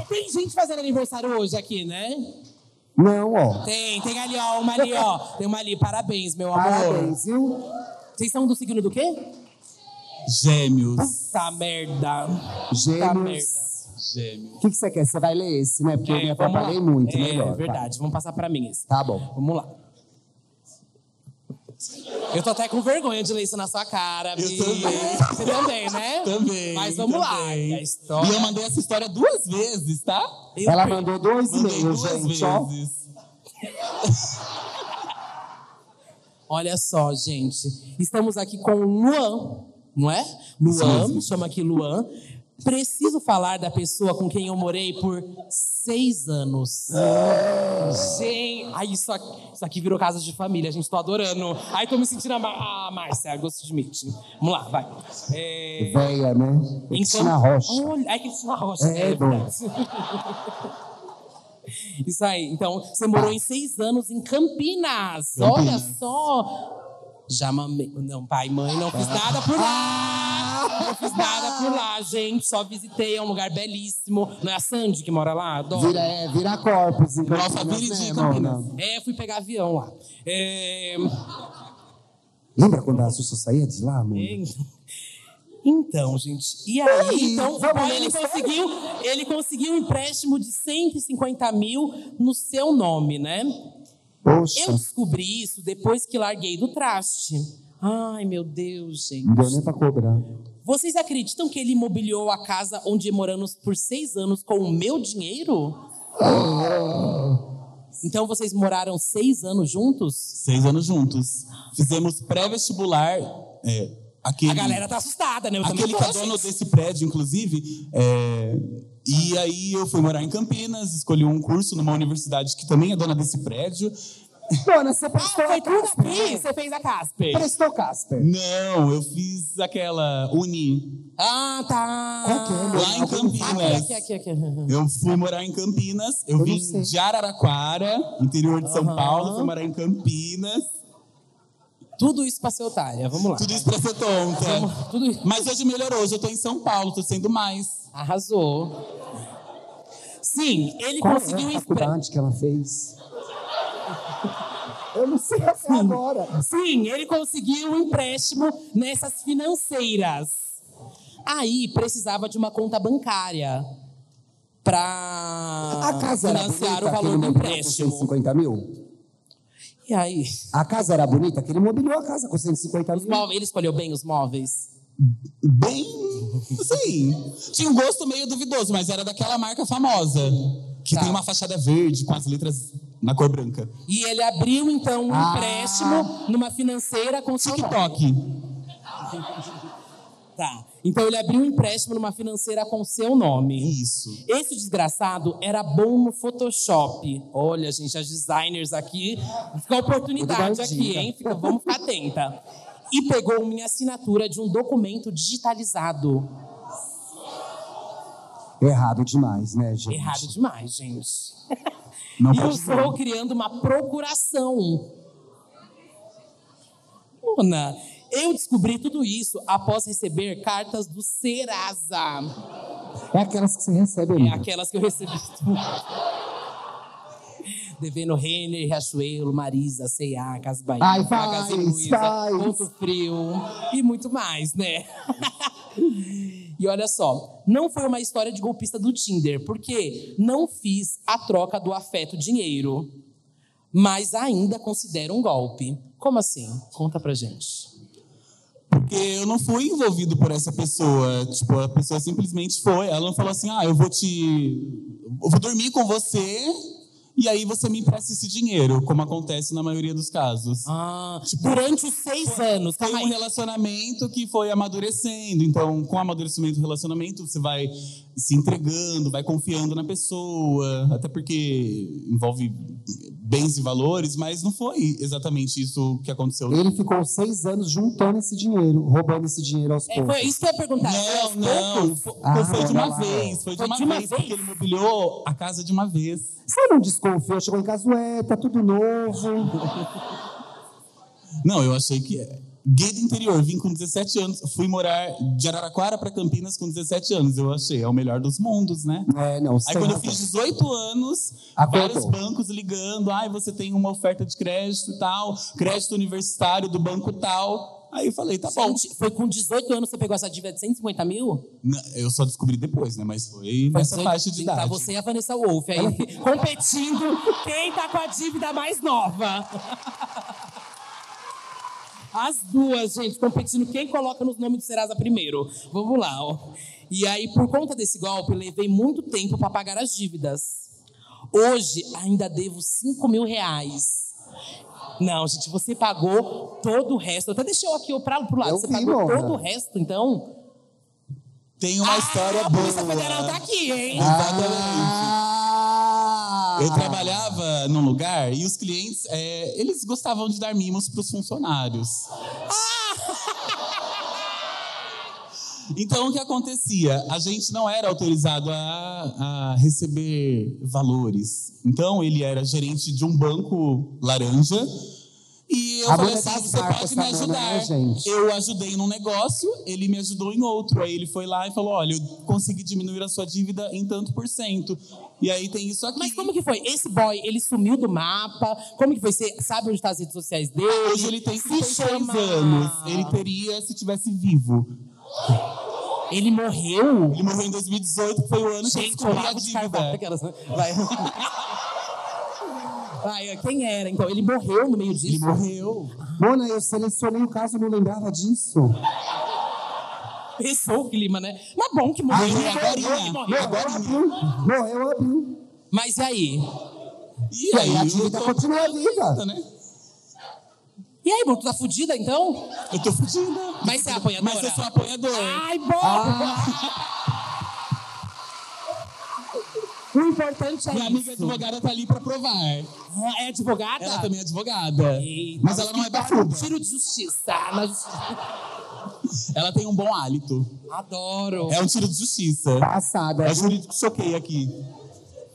Tem gente fazendo aniversário hoje aqui, né?
Não, ó.
Tem, tem ali, ó, uma ali, ó. Tem uma ali, parabéns, meu amor.
Parabéns, viu?
Vocês são do signo do quê?
Gêmeos.
Puta merda. Puta Tá merda.
Gêmeos.
Gêmeos.
O que que você quer? Você vai ler esse, né? Porque eu me
É, vamos lá.
atrapalhei muito,
É,
melhor. vai.
verdade. Vamos passar pra mim esse.
Tá bom.
Vamos lá. Eu tô até com vergonha de ler isso na sua cara, Eu
também.
Você também, né?
Também.
Mas vamos
também.
lá. é A história...
E eu mandei essa história duas vezes, tá?
Eu
Ela
per-
mandou dois
Mandei
e-mails,
duas
gente,
vezes.
ó.
(laughs) Olha só, gente. Estamos aqui com o Luan, não é? Luan, me chama aqui Luan. Preciso falar da pessoa com quem eu morei por seis anos. Gente, ai, isso aqui, isso aqui virou casa de família, gente, tô adorando. Ai, tô me sentindo a, Ma- a Márcia, gosto de mim. Vamos lá, vai. É... um
Véia, né?
Em
Cristina
Camp-
Rocha.
Olha, ai, Cristina Rocha.
É,
verdade. Isso aí. Então, você morou em seis anos em Campinas. Olha só. Já mamei. Não, pai, mãe, não fiz nada por
Ah!
lá. Não fiz nada por lá, gente. Só visitei, é um lugar belíssimo. Não é a Sandy que mora lá? Adoro.
Vira, é, vira corpos. em
Nossa,
Campinas,
vira de
né,
Campinas.
Mona?
É, fui pegar avião lá. É...
Lembra quando a Sussa saía de lá, amor?
Então, gente, e aí?
Ei,
então,
vamos
aí
ler
ele
a história?
conseguiu, ele conseguiu um empréstimo de 150 mil no seu nome, né? Eu
Poxa,
descobri isso depois que larguei do traste. Ai, meu Deus, gente.
não deu nem pra cobrar.
Vocês acreditam que ele imobiliou a casa onde moramos por seis anos com o meu dinheiro? Então vocês moraram seis anos juntos?
Seis anos juntos. Fizemos pré-vestibular. É, aquele,
A galera tá assustada, né? Eu também
aquele
tô,
que é dono
gente.
desse prédio, inclusive. é, e aí eu fui morar em Campinas, escolhi um curso numa universidade que também é dona desse prédio.
Dona, você
Ah,
prestou
foi
a
tudo
Casper?
aqui? Você fez a Casper?
Prestou Casper.
Não, eu fiz aquela Uni
Ah, tá.
Qual que é, meu?
lá em Campinas.
Aqui, aqui, aqui.
Eu fui morar em Campinas, eu,
não sei.
vim de Araraquara, interior de São Paulo, fui morar em Campinas.
Tudo isso pra ser otária, vamos lá.
Tudo isso pra ser tonta.
Tudo isso.
Mas hoje melhorou, hoje eu tô em São Paulo, tô sendo mais.
Arrasou. Sim, ele
Qual
conseguiu... um
é a
empre-
faculdade que ela
(laughs)
fez? Eu não sei até agora.
Sim, ele conseguiu um empréstimo nessas financeiras. Aí precisava de uma conta bancária para
A casa era
financiar
bonita,
Ah, o valor
aquele assim,
do
mobiliou com
empréstimo.
150 mil?
E aí,
A casa era bonita, que ele mobiliou a casa com 150 mil.
móveis, ele escolheu bem os móveis?
Hum. Bem. Sim. Tinha um gosto meio duvidoso, mas era daquela marca famosa. Que
Tá.
tem uma fachada verde com as letras na cor branca.
E ele abriu então um
Ah.
empréstimo numa financeira com seu nome.
TikTok.
Tá. Então ele abriu um empréstimo numa financeira com seu nome.
Isso.
Esse desgraçado era bom no Photoshop. Olha, gente, as designers aqui. Fica a oportunidade
Vou dar uma
aqui,
dica.
hein? Fica, vamos ficar atenta. E pegou minha assinatura de um documento digitalizado.
Errado demais, né, gente?
Errado demais, gente.
(laughs) Não
e
pode
usou criando uma procuração. Mona, eu descobri tudo isso após receber cartas do Serasa.
É aquelas que você recebe,
É
amiga.
aquelas que eu recebi. tipo, (laughs) Devendo Renner, Riachuelo, Marisa, C&A, Casa Bahia,
Ai, faz,
Magazine Luiza,
faz.
Ponto Frio e muito mais, né? (laughs) e olha só, não foi uma história de golpista do Tinder, porque não fiz a troca do afeto dinheiro, mas ainda considero um golpe. Como assim? Conta pra gente.
Porque eu não fui envolvido por essa pessoa. Tipo, a pessoa simplesmente foi. Ela não falou assim: ah, eu vou te. Eu vou dormir com você e aí você me empresta esse dinheiro, como acontece na maioria dos casos. Tipo,
Ah, durante os seis anos,
Foi
calma
um
aí.
relacionamento que foi amadurecendo. Então, com o amadurecimento do relacionamento, você vai se entregando, vai confiando na pessoa, até porque envolve bens e valores, mas não foi exatamente isso que aconteceu.
Ele ficou seis anos juntando esse dinheiro, roubando esse dinheiro aos
É,
poucos.
foi isso que eu ia perguntar. Foi aos
Não, não.
poucos?
Foi,
Ah,
foi de uma
não.
vez. Foi de
Foi
uma,
de uma
vez,
vez?
porque ele mobiliou a casa de uma vez.
Você não desconfiou? um Chegou em casa, ué, tá tudo novo.
Não, eu achei que. eh, Gay do interior, vim com 17 anos. Fui morar de Araraquara para Campinas com 17 anos. Eu achei, é o melhor dos mundos, né?
É, não,
Aí
sem
quando eu
razão.
fiz 18 anos,
Acordou.
vários bancos ligando, ai, você tem uma oferta de crédito e tal, crédito universitário do banco tal. Aí eu falei, tá bom.
Gente, foi com 18 anos que você pegou essa dívida de 150 mil?
Não, Eu só descobri depois, né? Mas foi
Foi
nessa
18?
faixa de
Sim, Tá
idade.
você e a Vanessa Wolff (laughs) aí, competindo quem tá com a dívida mais nova. As duas, gente, competindo quem coloca nos nomes do Serasa primeiro. Vamos lá, ó. E aí, por conta desse golpe, levei muito tempo para pagar as dívidas. Hoje, ainda devo 5 mil reais. Não, gente, você pagou todo o resto. Eu até deixei eu aqui ó, pra, pro lado.
Eu
você
vi,
pagou
Mona.
todo o resto, então?
Tem uma história
Ah,
é
a
boa. Ah,
Polícia Federal tá aqui, hein?
Exatamente. Eu trabalhava num lugar e os clientes, é, eles gostavam de dar mimos para os funcionários. Então, o que acontecia? A gente não era autorizado ah. a, a receber valores. Então, ele era gerente de um banco laranja. E eu
A
falei
dona
assim,
das
você
marcas,
pode me
tá dona, né,
ajudar.
gente?
Eu ajudei num negócio, ele me ajudou em outro. Aí ele foi lá e falou, olha, eu consegui diminuir a sua dívida em tanto por cento. E aí tem isso aqui.
Mas como que foi? Esse boy, ele sumiu do mapa? Como que foi? Você sabe onde tá as redes sociais dele?
Ah, Hoje ele tem
Se
56
chama-
anos. Ele teria se tivesse vivo.
Ele morreu?
Ele morreu em 2018, que foi o ano
Gente,
que
eu
eu descobri a
lago de carvalho.
dívida.
Aquelas... Vai. Vai, quem era? Então, ele morreu no meio disso?
Ele morreu.
Ah! Mona, eu selecionei o caso, não lembrava disso.
Pensou o clima, né? Mas bom que morreu.
Aí,
né?
Ah, agora,
Bom que morreu.
Morreu, abriu. Morreu, abriu.
Mas e aí?
E aí,
a
eu
dívida
tô-
continua a vida.
né?
E aí, Bruno, tu tá fudida, então?
Eu tô fudida.
Mas você é apanhadora?
Mas eu sou apanhadora.
Ai, bom! O importante é
Minha amiga
isso.
advogada tá ali pra provar.
Ah, É advogada?
Ela também é advogada.
Eita,
Mas ela não é
um
bafuda.
Tiro de justiça. na justiça.
Ela tem um bom hálito.
Adoro.
É um tiro de justiça.
Passada.
É jurídico choquei aqui.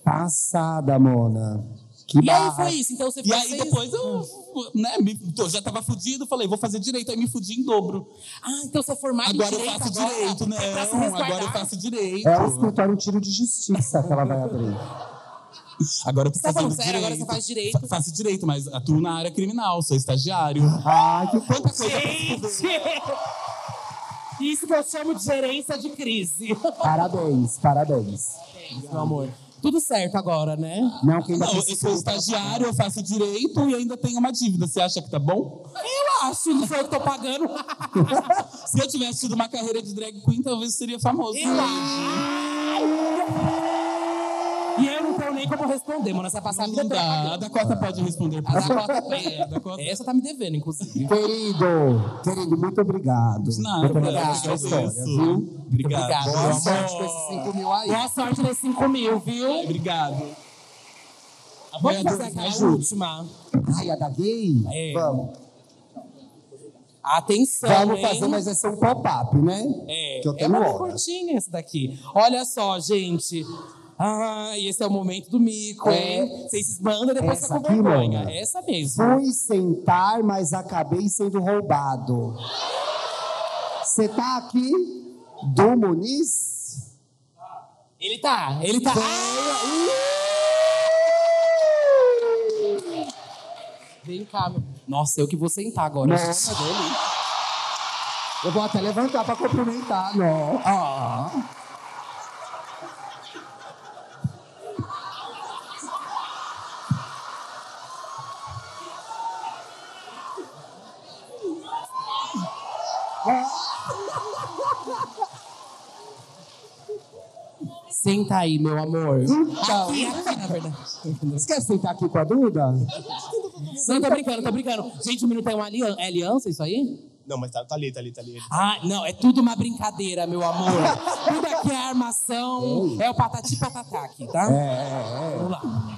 Passada, Mona. Que
E aí
barra.
foi isso, então você
E
ficou
aí
seis-
depois eu né, me- tô- já tava fudido, falei, vou fazer direito. Aí me fudi em dobro.
Ah, então você é formado em
Agora eu
direito
faço
agora?
direito,
Você é pra se
não. Agora eu
resguardar?
faço direito.
É o escritório um tiro de justiça que ela vai abrir.
Agora eu tô
Você tá
fazendo
falando sério?
direito.
Agora você faz direito.
Fa- faço direito, mas atuo na área criminal, sou estagiário.
Ah,
Ai, que
tá
Quanta coisa pra
Gente! Isso que eu chamo de gerência de crise.
Parabéns, parabéns.
Meu amor. Tudo certo agora, né?
Não, quem ainda
Não, eu
precisa-
então
sou
tá
estagiário, eu faço direito e ainda tenho uma dívida. Você acha que tá bom?
Eu acho, não sou eu que tô pagando. (laughs)
Se eu tivesse tido uma carreira de drag queen, talvez eu seria famoso.
Eu acho. E eu não tenho nem como responder, mano. Você vai passar a vida
Não
toda
dá. A
pagando.
Dakota pode responder.
A Dakota
É, a Dakota.
Essa tá me devendo, inclusive.
Querido, querido, muito obrigado.
De nada,
muito obrigado
eu
pela história,
agradeço.
viu?
Obrigado.
Obrigado.
meu
Boa
amor.
sorte com esses 5 mil aí.
Boa sorte nos 5 mil, viu?
Obrigado.
Vamos
Apoiadores,
fazer
me
aquela
ajuda.
última.
Ai, a da gay?
É.
Vamos.
Atenção,
Vamos
hein?
fazer, mas vai ser um pop-up, né?
É,
Que eu
é
tenho
uma
hora.
curtinha essa daqui. Olha só, gente. Ah, e esse é o momento do mico,
É.
hein? Vocês se mandam depois
Essa
essa com
aqui,
vergonha.
Mona?
Essa mesmo.
Fui sentar, mas acabei sendo roubado. Você tá aqui do Muniz?
Ele tá, ele tá. Ah! Vem cá, meu. Nossa, eu que vou sentar agora.
Nossa, delícia. Eu vou até levantar pra cumprimentar. Não. Ah.
Senta aí, meu amor.
Então.
Aqui, aqui, na verdade.
Você quer sentar aqui com a Duda?
Não, tô brincando, tô brincando. Gente, o menino tem uma aliança. É aliança isso aí?
Não, mas tá, tá ali, tá ali, tá ali.
Ah, não, é tudo uma brincadeira, meu amor. tudo aqui é armação, é o patati patatá aqui, tá?
É, é, é.
Vamos lá.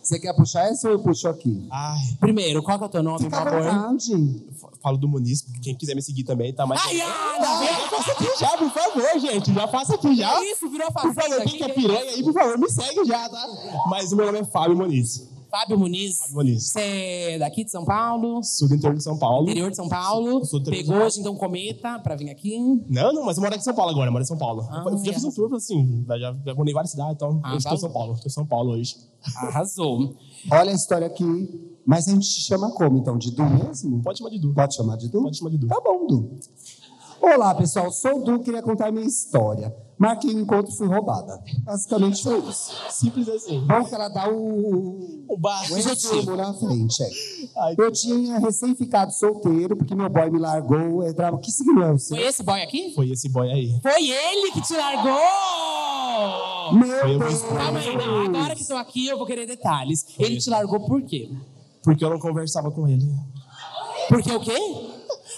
Você quer puxar essa ou eu puxo aqui?
Ai,
Primeiro, qual que é o teu nome, meu
Fica à
amor?
vontade.
f- falo do Muniz, porque quem quiser me seguir também tá mais.
Ai, Ana,
Ah, já faça aqui já, por favor, gente. Já faça aqui já.
Que isso, virou
Por favor,
fazenda
quem
aqui.
quer piranha aí, por favor, me segue já, tá? Mas o meu nome é Fábio Muniz.
Fábio Muniz.
Fábio Muniz.
Você é daqui de São Paulo?
Sou do interior de São Paulo.
Interior de São Paulo.
Sou do interior de São
Pegou hoje, então, cometa pra vir aqui.
Não, não, mas eu moro aqui em São Paulo agora, eu moro em São Paulo.
Ah,
eu já
é.
fiz um tour, assim, já, já, já morei em várias cidades, então
Ah,
hoje tô em
valeu.
São Paulo. Tô em São Paulo hoje.
Arrasou.
Olha a história aqui. Mas a gente te chama como, então? De Du mesmo?
Pode chamar de Du.
Pode chamar de Du?
Pode chamar de Du.
Tá bom, Du. Olá, pessoal. Sou o Du, queria contar minha história. Marquei um encontro, fui roubada. Basicamente foi isso.
Simples assim.
Bom que ela dá o...
O bar.
O objetivo na frente, é.
Ai,
Eu tinha recém ficado solteiro, porque meu boy me largou. É drama. Que signo é o seu?
Foi esse boy aqui?
Foi esse boy aí.
Foi ele que te largou!
Meu Deus!
eu mesmo.
Calma aí, não. Agora que estou aqui, eu vou querer detalhes. Ele te largou por quê?
Porque eu não conversava com ele.
Porque o quê?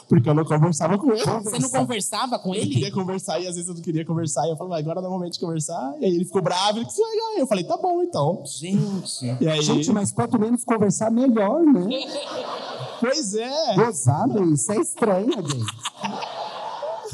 Porque eu não conversava com ele.
Você não conversava com
Ele
ele?
queria conversar e às vezes eu não queria conversar. E eu falava, "Ah, agora não é o momento de conversar. E aí ele ficou bravo, ele quis largar. Eu falei, tá bom então.
Gente.
E aí,
Gente, mas quanto menos conversar, melhor, né?
pois é.
Gozado, isso é estranho, gente.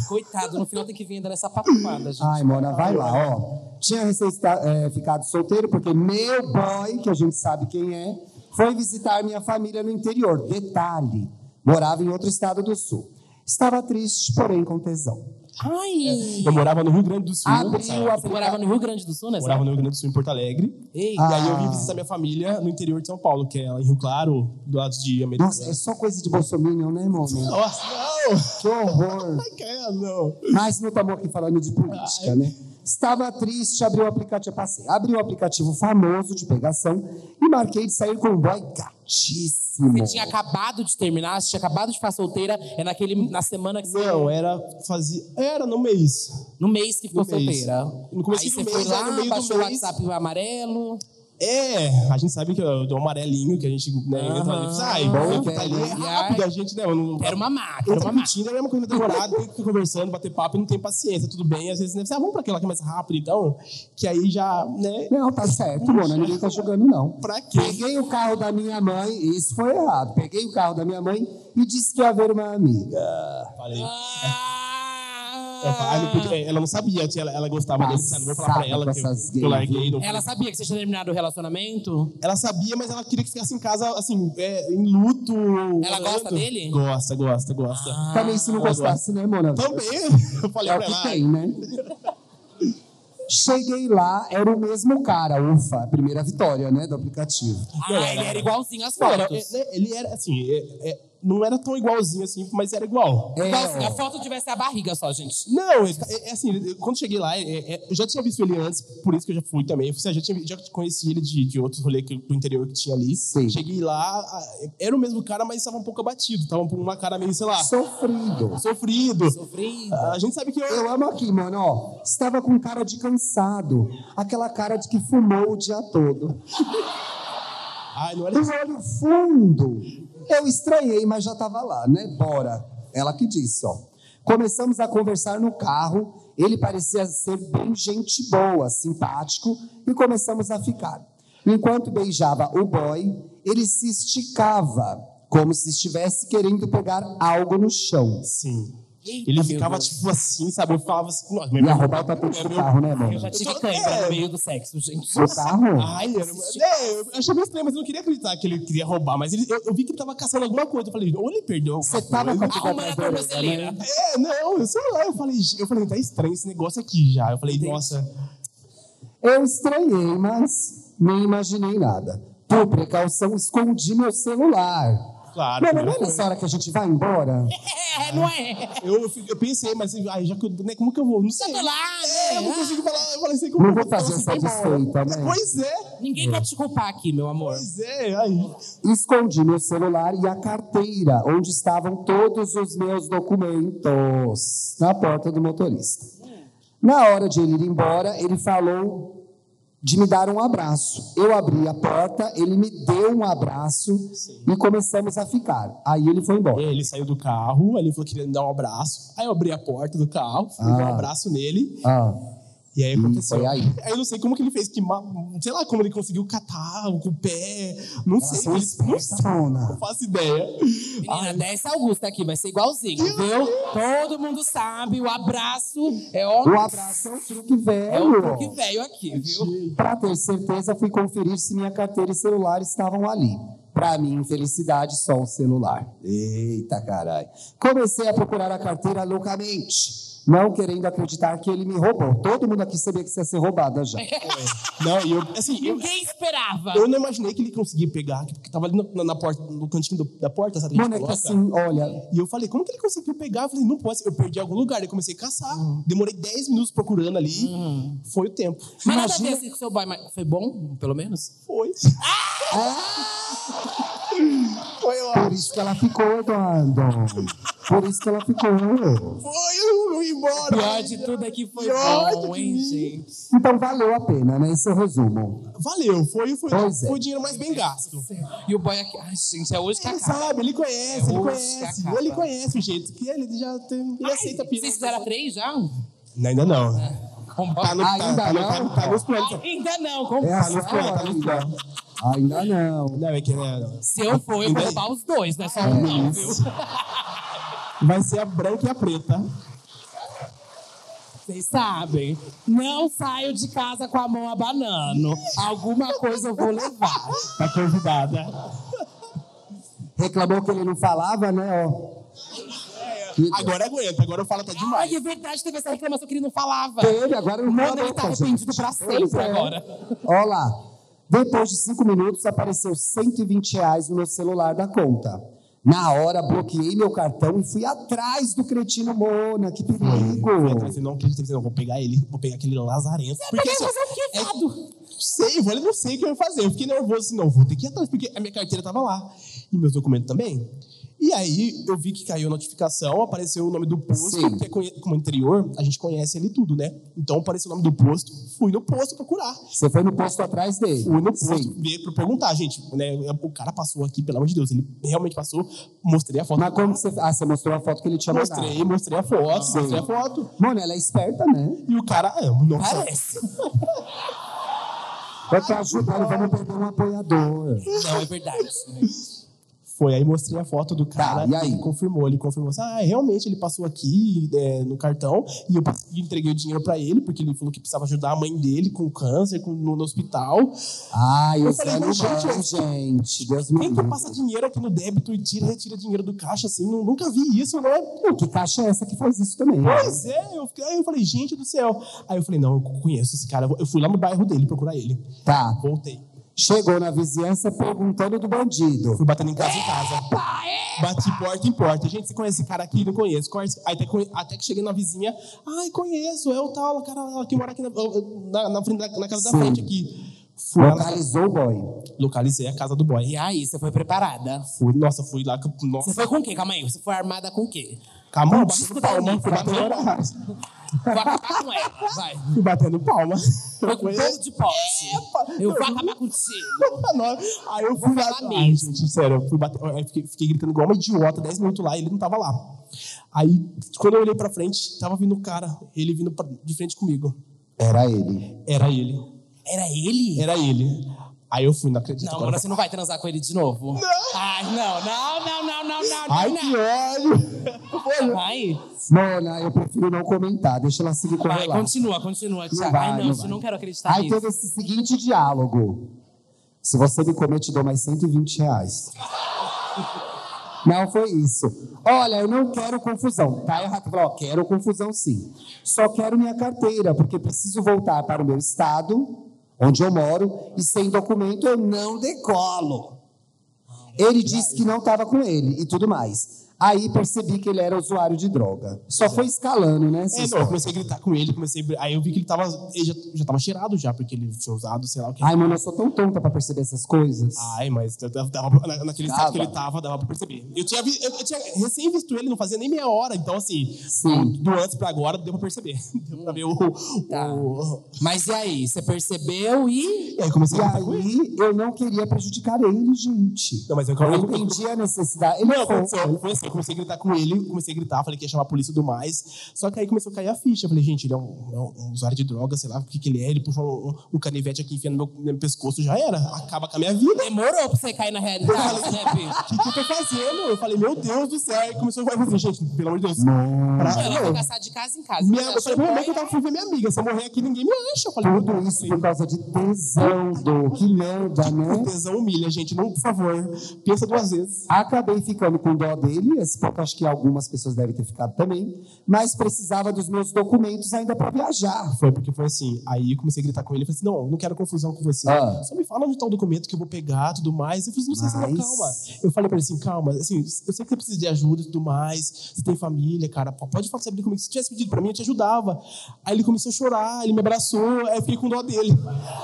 Coitado, no final tem que vir dar essa patuada, gente.
Ai, Mona, vai lá, ó. Tinha recém esta- eh, ficado solteiro, porque meu boy, que a gente sabe quem é, foi visitar minha família no interior. Detalhe, morava em outro estado do sul. Estava triste, porém com tesão.
Ai!
Eu morava no Rio Grande do Sul. sabe?
Abriu a
Você morava no Rio Grande do Sul, né?
Morava no Rio Grande do Sul, em Porto Alegre.
Ei,
E aí eu vim visitar minha família no interior de São Paulo, que é lá em Rio Claro, do lado de Americana.
né?
Nossa, é só coisa de bolsominion, né, Mona?
Nossa, não!
Que horror!
Ai, cara, não.
Mas não estamos aqui falando de política, né? Estava triste, abri o aplicativo, passei, abri o aplicativo famoso de pegação e marquei de sair com um boy gatíssimo.
Você tinha acabado de terminar, você tinha acabado de ficar solteira, é naquele, na semana que você.
Não, era fazia. Era no mês.
No mês que ficou
No mês.
solteira.
No começo
Aí
do
você
mês,
foi
aí no
lá,
meio do
baixou o
mês.
WhatsApp amarelo.
É, a gente sabe que é o amarelinho que a gente né, entra ali. Sai,
Bom,
entra ali, é
velho,
rápido, a gente, né? eu Não,
Era uma máquina, era
entra
uma
no
máquina.
Tinder, é a mesma coisa demorada, tem que ficar conversando, bater papo, não tem paciência, tudo bem. Às vezes, né? você, Ah, vamos pra aquela que é mais rápido, então, que aí já, né?
Não, tá certo, Mona, ninguém tá jogando, não.
Pra quê?
Peguei o carro da minha mãe, isso foi errado. Peguei o carro da minha mãe e disse que ia ver uma amiga.
Falei. Eu falei, ah, não
Ah,
podia- ela não sabia, tinha- ela, ela gostava dele, sabe? Vou falar pra
Passada com
ela que,
essas
eu- que eu larguei. Não.
Ah, Ela sabia que você tinha terminado o relacionamento?
Ela sabia, mas ela queria que ficasse em casa, assim, é, em luto.
Ela gosta dele? Ah.
Gosta, gosta, gosta.
Também se não gostasse, né, Mona?
Ah, Também, (laughs) eu falei
É o
pra ela.
que tem, né? Cheguei lá, era o mesmo cara, ufa, a primeira vitória, né, do aplicativo.
Ah,
Não,
ele
ela-
era igualzinho às
Não, era-
fotos.
é- é- ele era assim, é- é, não era tão igualzinho assim, mas era igual.
É,
Igualzinho,
ó.
a foto tivesse a barriga só, gente.
Não, é, é assim, eu- quando cheguei lá, é- é- eu já tinha visto ele antes, por isso que eu já fui também. Eu assim, "Ah, já, tinha, já conheci ele de, de outros rolês que- do interior que tinha ali.
Sim.
Cheguei lá, a- é, era o mesmo cara, mas estava um pouco abatido, estava com uma cara meio, sei lá,
Sofrido.
tá sofrido.
Sofrido.
A gente sabe que eu.
Eu amo aqui, mano, ó. Estava com cara de cansado. Aquela cara de que fumou o dia todo.
Ai, não era
Do olho fundo. Eu estranhei, mas já estava lá, né? Bora. Ela que disse, ó. Começamos a conversar no carro. Ele parecia ser bem gente boa, simpático, e começamos a ficar. Enquanto beijava o boy, ele se esticava, como se estivesse querendo pegar algo no chão.
assim. Ele ficava, tipo, assim, sabe? Eu falava assim, nossa,
Ia roubar o tapete do carro, né, mano?
Eu já tive
tô-
cãibra
é. tá-
no meio do sexo, gente.
O carro?
Ai, ele era- é, eu achei meio estranho, mas eu não queria acreditar que ele queria roubar. Mas ele- eu, eu vi que ele tava caçando alguma coisa. Eu falei, ou ele perdeu alguma
Você tava com
coisa.
a pica
Arrumando a
atrás da orelha,
tornozeleira.
né?
É, não, eu sei lá. Eu falei, "Gente", eu falei, tá estranho esse negócio aqui já. Eu falei, nossa.
Eu estranhei, mas não imaginei nada. Por precaução, escondi meu celular.
Claro.
Mano, não é nessa hora que a gente vai embora?
É, não é?
Eu, eu pensei, mas ai, já que eu, né, como que eu vou? Não sei.
Sei lá,
É, eu não
né?
consigo falar. Eu falei assim, como
Não
que
vou
eu falar
fazer
assim,
essa
vai embora?
desfeita, né?
Pois é,
Ninguém quer te culpar aqui, meu amor.
pois é. Ai.
Escondi meu celular e a carteira, onde estavam todos os meus documentos, na porta do motorista. Na hora de ele ir embora, ele falou de me dar um abraço. Eu abri a porta, ele me deu um abraço e começamos a ficar. Aí ele foi embora.
É, Ele saiu do carro, aí ele falou que queria me dar um abraço. Aí eu abri a porta do carro, fui dar um
Ah.
abraço nele.
Ah,
E aí aconteceu.
foi aí.
eu não sei como que ele fez, que ma- sei lá como ele conseguiu catar o- com o pé. Não sei.
são
Ele, não
espertas,
sei,
Mona.
não faço ideia.
Menina, Décia Augusta aqui, vai ser igualzinho, viu? Todo mundo sabe, o abraço é
o
óbvio.
abraço é um truque
É o
velho.
que veio aqui, viu?
Para ter certeza, fui conferir se minha carteira e celular estavam ali. Para minha infelicidade, só o celular. Eita caralho. Comecei a procurar a carteira loucamente, não querendo acreditar que ele me roubou. Todo mundo aqui sabia que você ia ser roubada
(laughs) É,
já.
Não, e eu, assim, eu,
Ninguém esperava.
eu não imaginei que ele conseguia pegar, porque tava ali na, na- na porta, no cantinho do- da porta, sabe? que a gente
Mano, é que
coloca?
assim, olha,
E eu falei, como que ele conseguiu pegar? Eu falei, não pode, eu perdi em algum lugar. Eu comecei a caçar.
Hum.
Demorei 10 minutos procurando ali. Foi o tempo.
Hum. Mas nada a ver assim com seu boy, mas foi bom, pelo menos?
Foi. Foi, ó.
por isso que ela ficou, Eduardo. Por isso que ela ficou.
Foi, eu não ia embora.
Pior de tudo é que foi
Pior do
bom,
que
hein,
mim.
gente?
Então valeu a pena, né? Esse é o resumo.
Valeu, foi, foi,
Pois é.
foi o dinheiro mais bem gasto.
E o boy aqui, ai, gente, é hoje que
Ele
acaba.
sabe, ele conhece,
É,
ele
hoje
conhece.
que acaba.
Ele conhece o jeito que ele já tem. Ele aceita a pira.
Vocês É. fizeram a três já? Um.
Não, ainda não.
Com boy?
Tá, no, tá,
Ainda
tá, no-
não?
tá, no- tá nos planos. Tá
Ainda não, com
É a sua hora, amiga. Ainda não.
Não, é que né, não.
Se eu for, eu vou roubar os dois, não é só um não, viu?
Vai ser a branca e a preta.
Vocês sabem. Não saio de casa com a mão abanando. Alguma coisa eu vou levar.
Tá convidada.
Reclamou que ele não falava, né? Ó.
Agora aguenta, agora eu falo tá demais.
Ai, é verdade, teve essa reclamação que ele não falava.
Teve, agora não
Mano,
cala a
ele tá
boca,
arrependido
gente.
pra
Pois
sempre
é.
agora.
Ó lá. Depois de cinco minutos, apareceu 120 reais no meu celular da conta. Na hora, bloqueei meu cartão e fui atrás do cretino Mona. Que
Vai atrás,
perigo!
Você não acredita, você não, tá vou pegar ele, vou pegar aquele lazarento. Porque
Peguei
assim,
fazer o quê, viado?
não sei, eu não sei o que eu ia fazer. Eu fiquei nervoso assim, não, vou ter que ir atrás, porque a minha carteira tava lá. E meus documentos também. E aí eu vi que caiu a notificação, apareceu o nome do posto,
Sim.
porque conhe- como interior, a gente conhece ali tudo, né? Então apareceu o nome do posto, fui no posto procurar.
Você foi no posto atrás dele.
Fui no posto
Sim.
ver pra perguntar, gente, né? O cara passou aqui, pelo amor de Deus, ele realmente passou, mostrei a foto.
Mas como que você. Ah, você mostrou a foto que ele tinha mandado.
Mostrei, mostrei a foto, mostrei a foto.
Mona, ela é esperta, né?
E o cara, ah, nossa,
Parece.
Vai te ajudar, vamos perder um apoiador.
Não, é verdade.
Foi, aí mostrei a foto do cara
Tá, e aí?
ele confirmou, ele confirmou assim, ah, realmente ele passou aqui é, no cartão e eu passei- entreguei o dinheiro pra ele, porque ele falou que precisava ajudar a mãe dele com câncer com- no, no hospital.
Ai, eu
Eu
sei,
falei,
não
mas, gente,
vai,
eu-
gente. Deus me
Quem que
livre.
passa dinheiro aqui no débito e tira, retira dinheiro do caixa, assim, nu- nunca vi isso, né?
Pô, que caixa é essa que faz isso também?
Pois é, eu, fiquei- aí eu falei, gente do céu. Aí eu falei, não, eu conheço esse cara, eu fui lá no bairro dele procurar ele.
Tá.
Voltei.
Chegou na vizinhança perguntando do bandido.
Fui batendo em casa em casa. Bati porta em porta. Gente, você conhece esse cara aqui? Não conheço. Conhece- Aí até, conhe- até que cheguei na vizinha. Ai, conheço. É o tal, o cara lá que mora aqui na, na, na frente da- na casa
Sim.
da frente aqui. Fui lá na-
Localizou o boy.
localizei a casa do boy.
E aí, você foi preparada?
Fui, nossa, fui lá. com-
Você
Nossa,
foi com o quê? Calma aí, você foi armada com o quê?
calma,
com
batendo
disco
palma.
também,
Fui batendo palma.
Vou acabar com ela, vai.
Fui batendo palma.
Foi com todo de pote. Eu vou acabar contigo.
Nossa, (laughs) Aí eu fui lá.
falar
Ai,
mesmo.
gente, sério, eu fui bater, eu fiquei, fiquei gritando igual uma idiota 10 minutos lá e ele não tava lá. Aí, quando eu olhei pra frente, tava vindo o cara, ele vindo pra- de frente comigo.
Era ele.
Era ele.
Era ele?
Era ele. Aí eu fui, não acredito.
Não,
agora
agora você não vai transar com ele de novo. Não. Ai, não, não, não, não, não, não,
Ai,
não.
que ódio!
não. Vai,
Mona, eu prefiro não comentar, deixa ela seguir com
vai,
ela.
continua, continua, Thiago.
vai,
Ai, não,
não
isso
vai.
não quero acreditar
Aí
nisso.
teve esse seguinte diálogo. Se você me comer, eu te dou mais 120 reais. Não foi isso. Olha, eu não quero confusão. Tá errado. Falou, ó, quero confusão sim. Só quero minha carteira, porque preciso voltar para o meu estado, onde eu moro, e sem documento eu não decolo. Ele disse que não estava com ele e tudo mais. Aí percebi que ele era usuário de droga. Só foi escalando, né? essa
É, não, eu
história.
comecei a gritar com ele, comecei a... br- Aí eu vi que ele tava. Ele já, já tava cheirado já, porque ele tinha usado, sei lá o que.
Ai, mano, eu sou tão tonta pra perceber essas coisas.
Ai, mas eu tava- dava pra- na- naquele estado
Dava.
que ele tava, dava pra perceber. Eu tinha, vi- eu, eu tinha recém visto ele, não fazia nem meia hora, então assim,
Sim.
do antes pra agora, deu pra perceber. (laughs) Deu pra ver o.
Tá.
o-
Mas e aí, você percebeu e...
E aí comecei
E
a gritar com ele.
aí, eu não queria prejudicar ele, gente.
Não, mas eu,
Eu
eu,
entendi a necessidade. Ele
Não,
foi.
aconteceu. Foi assim, eu comecei a gritar com ele, comecei a gritar, falei que ia chamar a polícia e tudo mais. Só que aí começou a cair a ficha. Eu falei, gente, ele é um, é um- um usuário de droga, sei lá o que, que ele é. Ele puxou um, um canivete aqui, enfia no meu, no meu pescoço, já era. Acaba com a minha vida.
Demorou pra você cair na realidade, né, bicho?
assim, O que, que eu tô fazendo? Eu falei, meu Deus do céu. Aí começou a falar, gente, pelo amor de Deus. pra-
Ela
não.
foi caçar de casa em casa. Você
Minha, eu falei,
achou
minha mãe que
bom?
eu tava fui ver minha amiga. Se eu morrer aqui, ninguém me acha. Eu falei, meu
Tudo
Deus.
isso por causa de tesão, do que merda,
O
né?
é um tesão humilha, gente. Não, por favor, pensa duas vezes.
Acabei ficando com dó dele, esse pouco acho que algumas pessoas devem ter ficado também, mas precisava dos meus documentos ainda pra viajar.
Foi porque foi assim. Aí eu comecei a gritar com ele. Eu falei assim: não, eu não quero confusão com você.
Ah.
Só me fala onde tá o documento que eu vou pegar tudo mais. Eu falei assim: não sei se não,
Mas-
calma. Eu falei pra ele assim: calma, assim, eu sei que você precisa de ajuda e tudo mais. Você tem família, cara. pô, Pode falar sobre comigo. Se tivesse pedido pra mim, eu te ajudava. Aí ele começou a chorar, ele me abraçou. Aí eu fiquei com dó dele.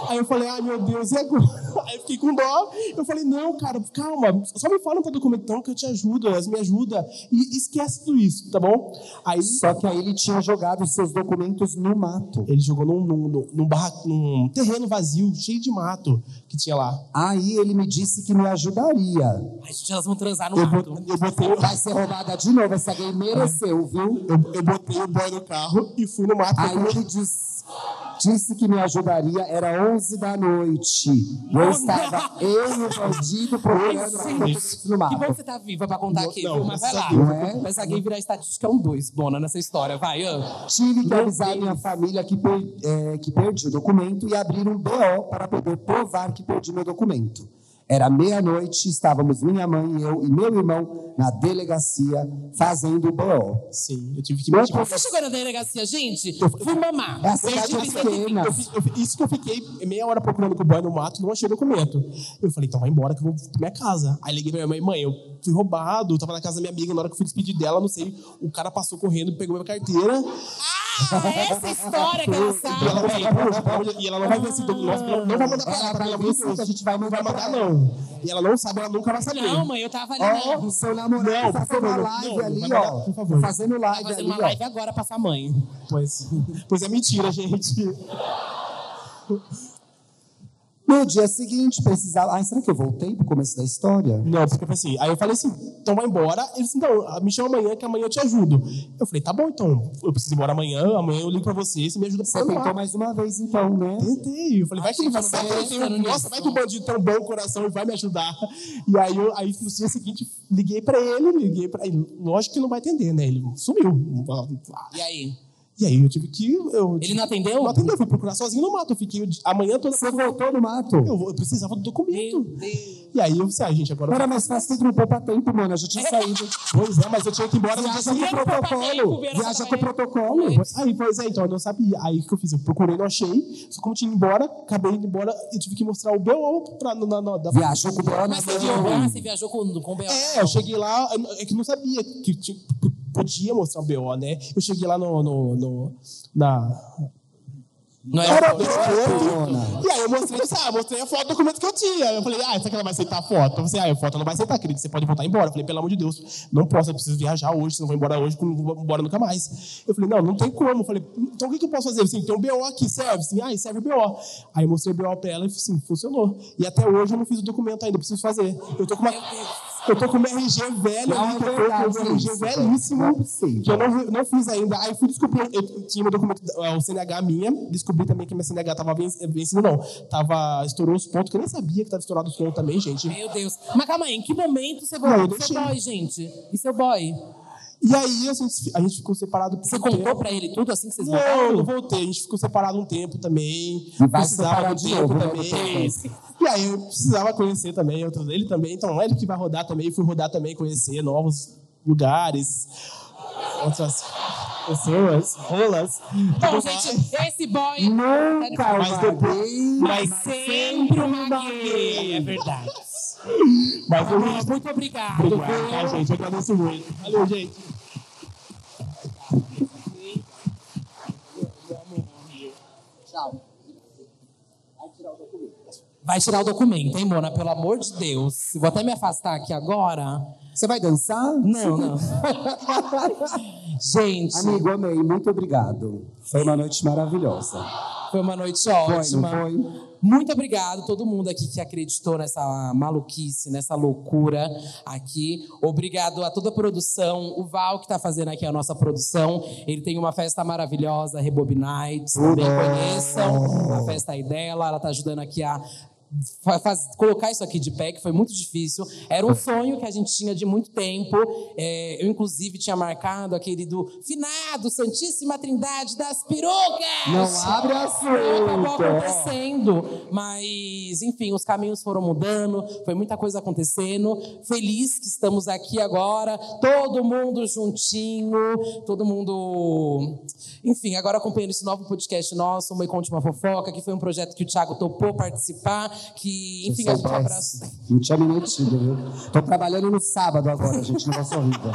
Aí eu falei: ai meu Deus, e agora? (laughs) Aí eu fiquei com dó. Eu falei: não, cara, calma. Só me fala onde tá o documentão que eu te ajudo. elas Me ajuda. E esquece tudo isso, tá bom? Aí.
Só que aí ele tinha jogado os seus documentos no mato.
Ele jogou num, num, num, num barra- num terreno vazio, cheio de mato que tinha lá.
Aí ele me disse que me ajudaria.
Ai, gente, elas vão transar no
Eu,
mato.
bot- eu botei, eu,
Vai ser roubada de novo, essa gay mereceu, viu?
eu botei o boy no carro e fui no mato.
Aí ele disse, disse que me ajudaria, era 11 da noite. Eu
(laughs)
estava eu e o bandido procurando
Ai,
documentos no
Que bom que
mapo.
você tá viva pra contar aqui,
Não,
viu? Mas vai
essa
lá.
aqui-
Não é?
Mas alguém virar estatística é um dois, Bona, nessa história. Vai, Ian.
Tive que avisar minha família que, per- é, que perdi o documento e abrir um BO para poder provar que perdi meu documento. Era meia-noite, estávamos minha mãe, eu e meu irmão na delegacia fazendo o BO.
Sim, eu tive que
Não,
tipo,
Você chegou na delegacia, gente? Fui mamar.
É a
Perdi
cidade
35
pequena.
eu fi- eu fi- isso que eu fiquei meia hora procurando com o boy no mato, não achei o documento. Eu falei, então vai embora que eu vou pra minha casa. Aí liguei pra minha mãe, mãe, eu fui roubado, eu tava na casa da minha amiga, na hora que eu fui despedir dela, não sei, o cara passou correndo, pegou minha carteira.
Ah, essa história (laughs) que ela
E ela,
sabe.
não vai- pelo amor de- e ela não vai ver esse documento, não, não vai mandar pra
Ela
ela,
vai
pelo amor
ver
de
sim
Deus.
que a gente vai
não
mandar
vai
pra
mandar,
ela.
não. E ela não sabe, ela nunca vai saber.
Não, mãe, eu tava ali
é,
Ó,
na...
o seu namorado
Não,
tá
por
fazendo
favor,
uma
não,
live
não vai
ali,
mandar,
ó.
por favor.
Tá fazendo live
fazendo
ali,
uma
ó.
live agora pra sua mãe.
Pois, pois é mentira, gente.
No dia seguinte, precisava. Ai, será que eu voltei pro começo da história?
Não, porque foi assim. Aí eu falei assim, então vai embora. Ele disse, então, me chama amanhã que amanhã eu te ajudo. Eu falei, tá bom, então. Eu preciso ir embora amanhã, amanhã eu ligo pra você, você me ajuda pra
Você
arrumar.
tentou mais uma vez, então, né?
Tentei. Eu falei, vai que ele vai
gente, eu não
saber.
tô pensando nisso.
é um Nossa, vai que o bandido tem um bom coração e vai me ajudar. E aí, eu, aí no dia seguinte, liguei pra ele, liguei pra ele. Lógico que ele não vai atender, né? Ele sumiu.
E aí?
E aí eu tive que. Eu,
Ele não atendeu?
Não atendeu, fui procurar sozinho no mato. Eu fiquei o di- amanhã toda.
Você voltou no mato.
Eu, vou- eu precisava do documento.
Meu Deus.
E aí eu disse, ah, gente, agora.
Era é mais fácil do poupa tempo, mano. Eu já tinha saído.
Pois é, mas eu É, tinha que ir embora no dia
Viaja com
seguinte.
o
poupa tempo,
protocolo.
Vera,
Viaja
tá
com o
bem.
protocolo.
Aí, pois é, então, eu não sabia. Aí o que eu fiz? Eu procurei, não achei. Só como eu tinha ido embora, acabei indo embora e tive que mostrar o BO pra. Na, na, na, da-
Viajou com o Bola na
Mas você viajou,
mão. né?
ah, você viajou com, com o Bel.
É, eu cheguei lá, eu não- é que eu não sabia que tinha- p- podia mostrar o BO, né? Eu cheguei lá no. no, no- na.
Não é?
Era
era?
Mona.
E aí eu mostrei, eu disse, ah, eu mostrei a foto do documento que eu tinha. Eu falei, ah, será que ela vai aceitar a foto? Eu falei, ah, a foto ela não vai aceitar, querido, você pode voltar embora. Eu falei, pelo amor de Deus, não posso, eu preciso viajar hoje, se não vou embora hoje, não vou embora nunca mais. Eu falei, não, não tem como. Eu falei, então o que, que eu posso fazer? Eu falei, tem um BO aqui, serve? Sim, ah, serve o BO. Aí eu mostrei o BO pra ela e, assim, funcionou. E até hoje eu não fiz o documento ainda, eu preciso fazer. Eu tô com uma...
Meu Deus.
Eu tô com meu RG velho,
Não,
ali,
é
que eu tô
verdade,
com meu RG
isso. Não é
velhíssimo,
possível.
que eu não, não fiz ainda. Aí fui descobrir, eu tinha meu documento, é, o CNH minha, descobri também que minha CNH tava ven- vencido, não. Tava, estourou os pontos, que eu nem sabia que tava estourado os pontos também, gente.
Meu Deus. Mas calma aí, em que momento você
Não, eu
voltou com seu
deixei.
boy, gente? E seu boy?
E aí a gente, a gente ficou separado por
Você
um
contou
tempo.
pra ele tudo assim que vocês
Não, eu
voltaram?
não voltei. A gente ficou separado um tempo também.
vai
precisava
separar
de
de
tempo
novo, né,
também. E aí eu precisava conhecer também outros dele também. Então ele que vai rodar também. Fui rodar também, conhecer novos lugares, outras pessoas, rolas.
Bom,
tudo mais.
gente, esse boy
Nunca
Mas depois.
vai sempre
um
uma gay. É verdade.
um
Mas eu
Bom, muito obrigado.
Obrigado, tá, gente? Eu agradeço muito. Valeu, gente.
Vai tirar o documento, hein, Mona? Pelo amor de Deus. Vou até me afastar aqui agora.
Você vai dançar?
Não, não. Gente,
Amigo, amei. Muito obrigado. Foi uma noite maravilhosa.
foi uma noite
Foi,
ótima.
não foi?
Muito obrigado a todo mundo aqui que acreditou nessa maluquice, nessa loucura aqui. Obrigado a toda a produção, o Val que está fazendo aqui a nossa produção. Ele tem uma festa maravilhosa, Rebob Nights, também conheçam a festa aí dela. Ela está ajudando aqui a fa- faz- colocar isso aqui de pé, que foi muito difícil. Era um sonho que a gente tinha de muito tempo. É, eu, inclusive, tinha marcado aquele do finado Santíssima Trindade das Perucas!
Não abre
Não acabou
assunto.
acontecendo, mas enfim, os caminhos foram mudando, foi muita coisa acontecendo. Feliz que estamos aqui agora, todo mundo juntinho, todo mundo, enfim, agora acompanhando esse novo podcast nosso, Me Conte uma Fofoca, que foi um projeto que o Thiago topou participar, que enfim, a gente abraçou.
Não tinha me metido, viu? Tô trabalhando no sábado agora, gente. Negócio é horrível.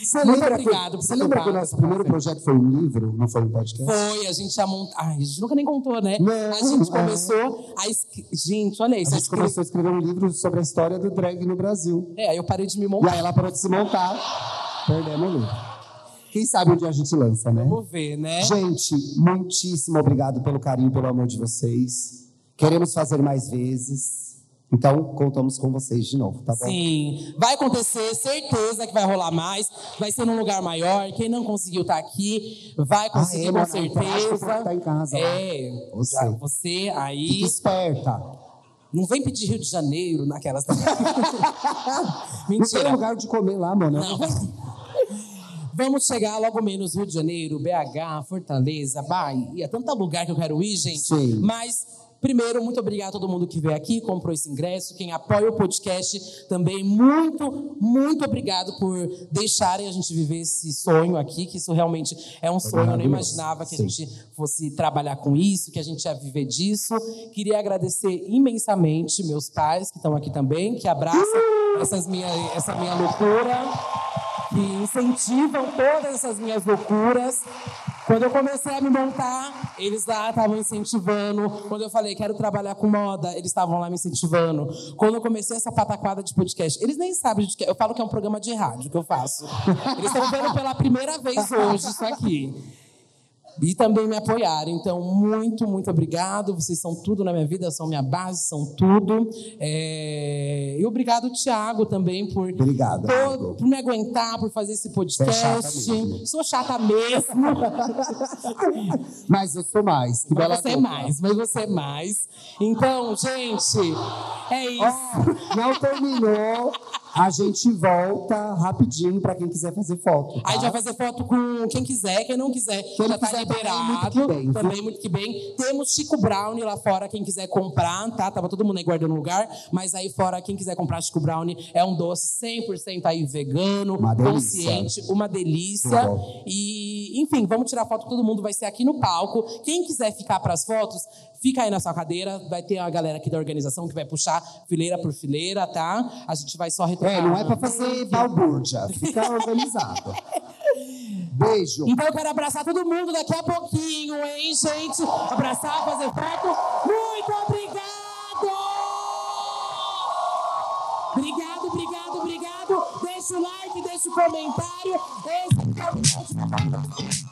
Você
Muito
lembra
obrigado por
que, você lembra que o
topar
nosso
essa
primeiro projeto foi um livro, não foi um podcast?
Foi, a gente já montou. Ai, a gente nunca nem contou, né?
Não,
a gente
é.
começou a. escre- Gente, olha
A
isso.
gente começou a escrever um livro sobre a história do drag no Brasil.
É, aí eu parei de me
E
montar.
aí ela parou de se montar. Perdemos o livro. Quem sabe um dia a gente lança, né?
Vamos ver, né?
Gente, muitíssimo obrigado pelo carinho, pelo amor de vocês. Queremos fazer mais vezes. Então, contamos com vocês de novo, tá bom?
Sim, vai acontecer, certeza que vai rolar mais. Vai ser num lugar maior. Quem não conseguiu estar aqui, vai conseguir
Ah, é,
com
Mona, acho que
certeza.
tá em casa lá.
É,
Você.
já, você aí.
Fique esperta.
Não vem pedir Rio de
(laughs)
Janeiro naquelas.
Não tem
Mentira.
lugar de comer lá, mano.
Não. Vamos chegar logo menos Rio de Janeiro, BH, Fortaleza, Bahia, tanto lugar que eu quero ir, gente.
Sim.
Mas primeiro, muito obrigado a todo mundo que veio aqui, comprou esse ingresso, quem apoia o podcast também muito, muito obrigado por deixarem a gente viver esse sonho aqui, que isso realmente é um sonho, eu não imaginava que a gente fosse trabalhar com isso, que a gente ia viver disso. Queria agradecer imensamente meus pais que estão aqui também, que abraçam essas minha, essa minha loucura que incentivam todas essas minhas loucuras. Quando eu comecei a me montar, eles lá estavam incentivando. Quando eu falei, quero trabalhar com moda, eles estavam lá me incentivando. Quando eu comecei essa pataquada de podcast, eles nem sabem de que eu falo que é um programa de rádio que eu faço. Eles estão vendo pela primeira vez hoje isso aqui. E também me apoiaram. Então, muito, muito obrigado. Vocês são tudo na minha vida, são minha base, são tudo. É, E obrigado, Tiago, também, por
Obrigado,
por-
amigo.
por me aguentar, por fazer esse
Você é chata
podcast.
mesmo.
Sou chata mesmo.
(laughs) Mas eu sou mais. Que bela
mas você é
dupla.
mais, mas você é mais. Então, gente, é isso.
Ó, não terminou. A gente volta rapidinho pra quem quiser fazer foto. tá?
Aí a gente vai fazer foto com quem quiser, quem não quiser,
não
já tá
quiser também, é
liberado.
muito que bem, viu?
Também é muito que bem. Temos Chico Brown lá fora, quem quiser comprar, tá? Tava todo mundo aí guardando lugar, mas aí fora, quem quiser comprar Chico Brown é um doce 100% aí vegano,
Uma delícia.
consciente, uma delícia.
Muito bom.
E, enfim, vamos tirar foto, todo mundo vai ser aqui no palco. Quem quiser ficar para as fotos, fica aí na sua cadeira, vai ter a galera aqui da organização que vai puxar fileira por fileira, tá? A gente vai só retornar.
É, não é pra fazer balbúrdia. Fica
(laughs)
organizado. Beijo.
Então eu quero abraçar todo mundo daqui a pouquinho, hein, gente? Abraçar, fazer foto. Muito obrigado! Obrigado, obrigado, obrigado. Deixa o like, deixa o comentário. Esse é o